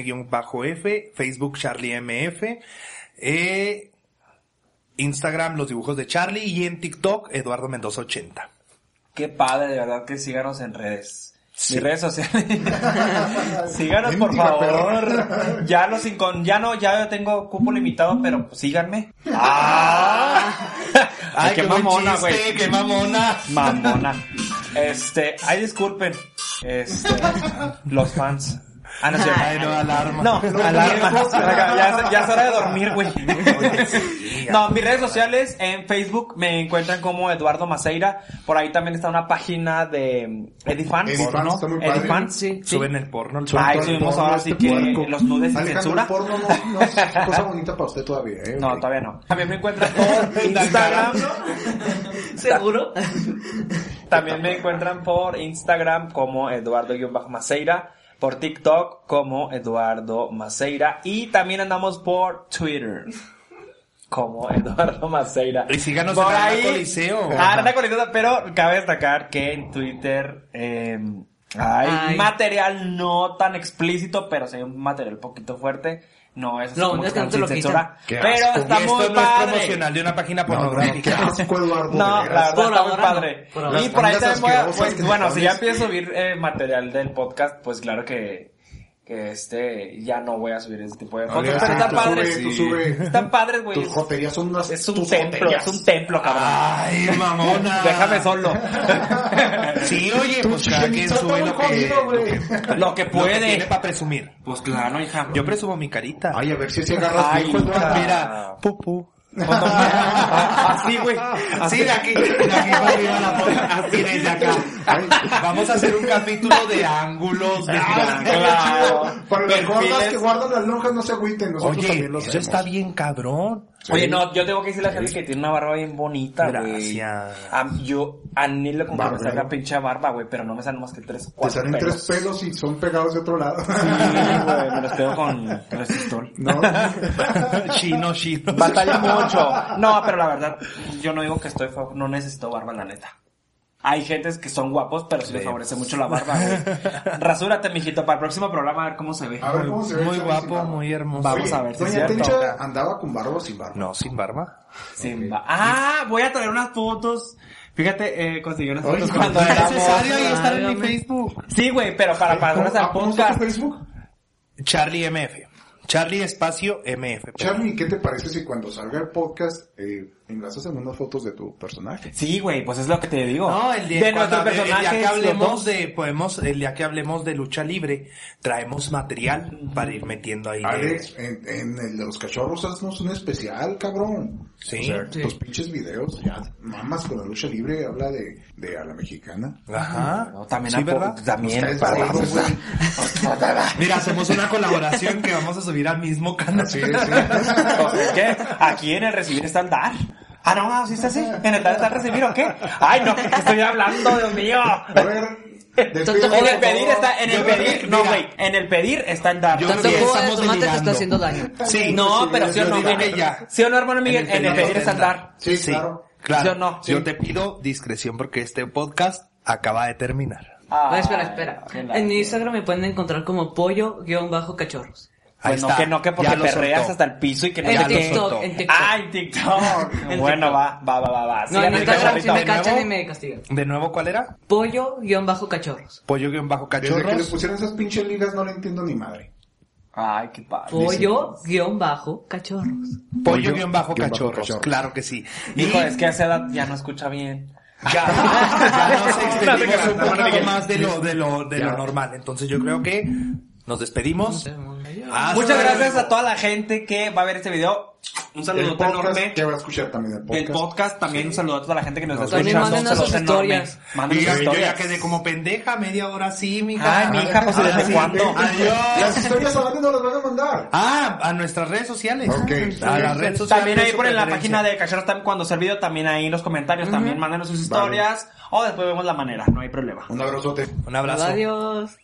S1: charlie-m-f, Facebook charliemf, eh, Instagram los dibujos de Charlie y en TikTok Eduardo Mendoza 80.
S2: Qué padre, de verdad, que síganos en redes. Mis redes sociales. síganos, por
S3: Mentira,
S2: favor. ya los incon... Ya no, ya tengo cupo limitado, pero pues, síganme. ¡Ah!
S1: Ay, qué buen chiste, qué
S2: mamona. Mamona. Este, ay, disculpen. Este, los fans. Ah, no, es cierto.
S1: Ay, no, alarma.
S2: No, alarma. no, Ya, es- ya es hora de dormir, güey.
S1: Oye, sí,
S2: No, mis redes sociales en Facebook me encuentran como Eduardo Maceira. Por ahí también está una página de EdiFans.
S3: Edifans,
S2: ¿no?
S3: está muy padre.
S2: Edifans,
S4: Sí, sí.
S1: Suben el porno. el
S2: Ay,
S1: porno.
S3: Todo el
S2: subimos
S3: porno,
S2: ahora
S3: este
S2: sí que
S3: puerco.
S2: los nudes sin
S3: Alejandro,
S2: censura.
S3: el porno no, no es cosa bonita para usted todavía, ¿eh?
S2: No,
S3: Ok.
S2: todavía no. También me encuentran por Instagram.
S4: ¿Seguro?
S2: También me encuentran por Instagram como Eduardo-Maceira. Por TikTok como Eduardo Maceira. Y también andamos por Twitter. Como Eduardo Maceira.
S1: Y síganos
S2: por
S1: en Arda
S2: ahí.
S1: Coliseo.
S2: Ah, Arda Coliseo, pero cabe destacar que en Twitter eh, hay
S4: Ay.
S2: material no tan explícito, pero sí hay un material un poquito fuerte. No es así
S4: Lo
S2: como
S4: único es
S2: que
S4: que no te lo
S2: sin
S4: quitan.
S2: censura.
S3: Qué
S2: Pero
S3: asco.
S2: está
S1: Y
S2: muy
S1: esto no es
S2: padre.
S1: promocional de una página
S3: No, no, qué
S1: pornográfica.
S3: asco, Eduardo.
S2: No,
S3: de
S2: la
S3: veras.
S2: verdad
S4: Por
S2: está muy
S4: ahora
S2: padre.
S4: no. Por ahora
S2: y
S4: no.
S2: por ahí
S3: Las
S2: también voy a,
S3: asquerosas
S2: pues,
S3: que te
S2: bueno, si ya
S3: pones.
S2: empiezo a subir eh, material del podcast, pues claro que, que este, ya no voy a subir ese tipo de
S3: Oye,
S2: cosas.
S3: sí,
S2: Pero están
S3: Ah, tú
S2: padres.
S3: sube, tú sube.
S2: Están padres, güey.
S3: Tus joterías son unas.
S2: Es un
S3: tus
S2: templo,
S3: joterías.
S2: es un templo, cabrón.
S1: Ay, mamona.
S2: Déjame solo.
S1: Sí, oye,
S3: Tu
S1: pues cada quien
S3: chicharito
S1: sube
S3: está
S1: lo
S3: muy
S1: que,
S3: jodido,
S1: lo
S3: güey.
S1: que-
S2: Lo que
S1: lo que tiene
S2: puede.
S1: para presumir.
S2: Pues claro, hija.
S1: Yo presumo mi carita.
S3: Ay, a ver si se agarras
S2: Ay,
S3: bien, Eduardo.
S2: hija.
S1: Mira, pupu.
S2: Así, güey.
S1: Sí,
S2: Así.
S1: de aquí, de aquí para arriba la foto. Así desde acá. Vamos a hacer un capítulo de ángulos de
S3: Ah,
S2: sí. Claro.
S3: chido. Para los
S2: Perfiles.
S3: gordos que guardan las lonjas no se agüiten, nosotros
S1: Oye,
S3: también lo
S1: eso
S3: hacemos.
S1: está bien cabrón.
S2: Oye, no, yo tengo que decirle a Charlie que tiene una barba bien bonita, güey.
S1: Gracias.
S2: Ah, yo anhelo con que me
S3: Barba,
S2: salga
S3: ¿no?
S2: pinche barba, güey, pero no me salen más que tres,
S3: Te
S2: cuatro
S3: salen
S2: pelos.
S3: tres pelos y son pegados de otro lado.
S2: Sí, güey, me los pego con resistol.
S3: No.
S1: Chino, chino.
S2: Batalla mucho. No, pero la verdad, yo no digo que estoy, feo, no necesito barba, la neta. Hay gentes que son guapos, pero sí les favorece mucho la barba, güey. Rasúrate, mijito, para el próximo programa a ver cómo se ve.
S1: Ah,
S3: A ver cómo se ve.
S1: Muy
S3: Charlie sin
S1: guapo,
S3: barba.
S1: muy hermoso.
S2: Vamos a ver si es
S3: Doña
S2: cierto.
S3: Tencha andaba con barba o sin barba.
S1: No, sin barba.
S2: Sí, va. Ah, voy a traer unas fotos. Fíjate, eh, conseguí unas
S3: Ay,
S2: fotos
S3: no.
S2: cuando
S3: Es
S2: éramos-
S1: Pues necesario y estar en mi
S4: Válgame.
S1: Facebook.
S2: Sí, güey, pero para pasarnos
S3: ¿Cómo-
S2: al
S3: ah, ¿Cómo está tu
S2: podcast.
S3: Facebook?
S1: Charlie MF. Charlie espacio MF.
S3: Charlie, ¿qué te parece si cuando salga el podcast eh, enlazas algunas fotos de tu personaje?
S2: Sí, güey, pues es lo que te digo.
S1: No, el día,
S2: de nuestro
S1: cuando- el día
S2: personaje.
S1: que hablemos de podemos, el día que hablemos de lucha libre, traemos material para ir metiendo ahí. de-
S3: Alex, en, en el de los cachorros haznos un especial, cabrón.
S1: Sí.
S3: O sea,
S4: Sí.
S3: tus pinches videos, ya mamas con la lucha libre, habla de, de a la mexicana.
S1: Ajá.
S2: No, también,
S1: Sí,
S2: apo-
S1: ¿verdad?
S2: también
S3: Ustedes
S2: para-
S3: gordos, güey.
S1: Mira, hacemos una colaboración que vamos a subir al mismo canal.
S3: Sí, sí.
S2: O sea, ¿Qué? Aquí en el recibir está el dar. Ah, no, ah, sí está así. En el dar está el recibir o qué? Ay, no, ¿qué estoy hablando, Dios mío?
S3: A ver,
S2: En
S3: despídete,
S2: el
S3: por
S2: pedir
S3: favor.
S2: está, en el pedir, no, güey, en el pedir está el dar.
S1: Yo
S4: Tanto
S1: creo que
S4: jugo de
S1: estamos
S4: tomate te
S1: delirando.
S4: está haciendo daño.
S1: Sí,
S2: no, pero sí o
S1: yo
S2: no,
S1: digo
S2: güey.
S1: que ya.
S2: Sí o no, hermano Miguel, en el
S1: pedir
S2: pedir está el dar.
S3: Sí, claro.
S2: ¿Sí o no?
S1: Yo
S2: Sí.
S1: te pido discreción porque este podcast acaba de terminar.
S2: Ah,
S4: No, espera, espera.
S2: qué la-
S4: En mi Instagram me pueden encontrar como pollo-cachorros.
S1: Ahí
S2: Pues no,
S1: está.
S2: que no, que porque
S1: Ya lo
S2: perreas
S1: soltó.
S2: hasta el piso y que no
S4: En
S1: Ya
S2: sé
S1: lo
S2: qué.
S4: TikTok,
S1: soltó.
S4: en TikTok.
S2: Ah, en TikTok.
S4: En
S2: bueno,
S4: TikTok.
S2: va, va, va, va, va.
S4: No, en
S2: Síganme,
S4: Instagram si
S2: cachorrito.
S4: me cachan
S1: nuevo?
S4: y me castigan.
S1: ¿De nuevo cuál era?
S4: Pollo-cachorros.
S1: Pollo guión bajo
S3: Desde que les
S1: cachorros.
S3: pusieron esas pinches ligas no le entiendo ni madre.
S2: Ay, qué padre.
S4: Pollo-cachorros.
S1: Pollo guión bajo
S3: guión bajo
S1: cachorros.
S3: cachorros.
S1: Claro que sí.
S2: Hijo, es que a esa edad ya no escucha bien.
S1: ya, ya nos extendimos
S6: No,
S1: un poquito
S6: Miguel.
S1: más de lo, de lo, de lo normal. Entonces yo creo que nos despedimos. Hasta-
S2: Muchas gracias a toda la gente que va a ver este video. Un
S3: El
S2: saludo enorme.
S3: podcast que va a escuchar también el
S2: El
S3: podcast.
S2: podcast también un saludo a toda la gente que nos está
S4: También
S2: escuchando.
S4: mándenos
S2: Un saludo
S4: sus
S2: enorme.
S4: historias.
S2: Mándenos
S1: Y
S2: sus
S1: ya- yo ya
S2: historias.
S1: quedé como pendeja, media hora sí, mija.
S2: Ay, mija, pues, ¿desde
S1: Ah, sí.
S2: cuándo?
S1: Adiós.
S3: Las historias a dónde nos las van a mandar.
S1: Ah, a nuestras redes sociales.
S3: Ok.
S1: A las redes sociales.
S2: También ahí
S1: su
S2: por en la
S1: preferencia.
S2: página de Cachorro también cuando sea el video, también ahí en los comentarios, también mándenos sus historias. O después vemos la manera, no hay problema.
S3: Un abrazote.
S1: Un abrazo.
S4: Adiós.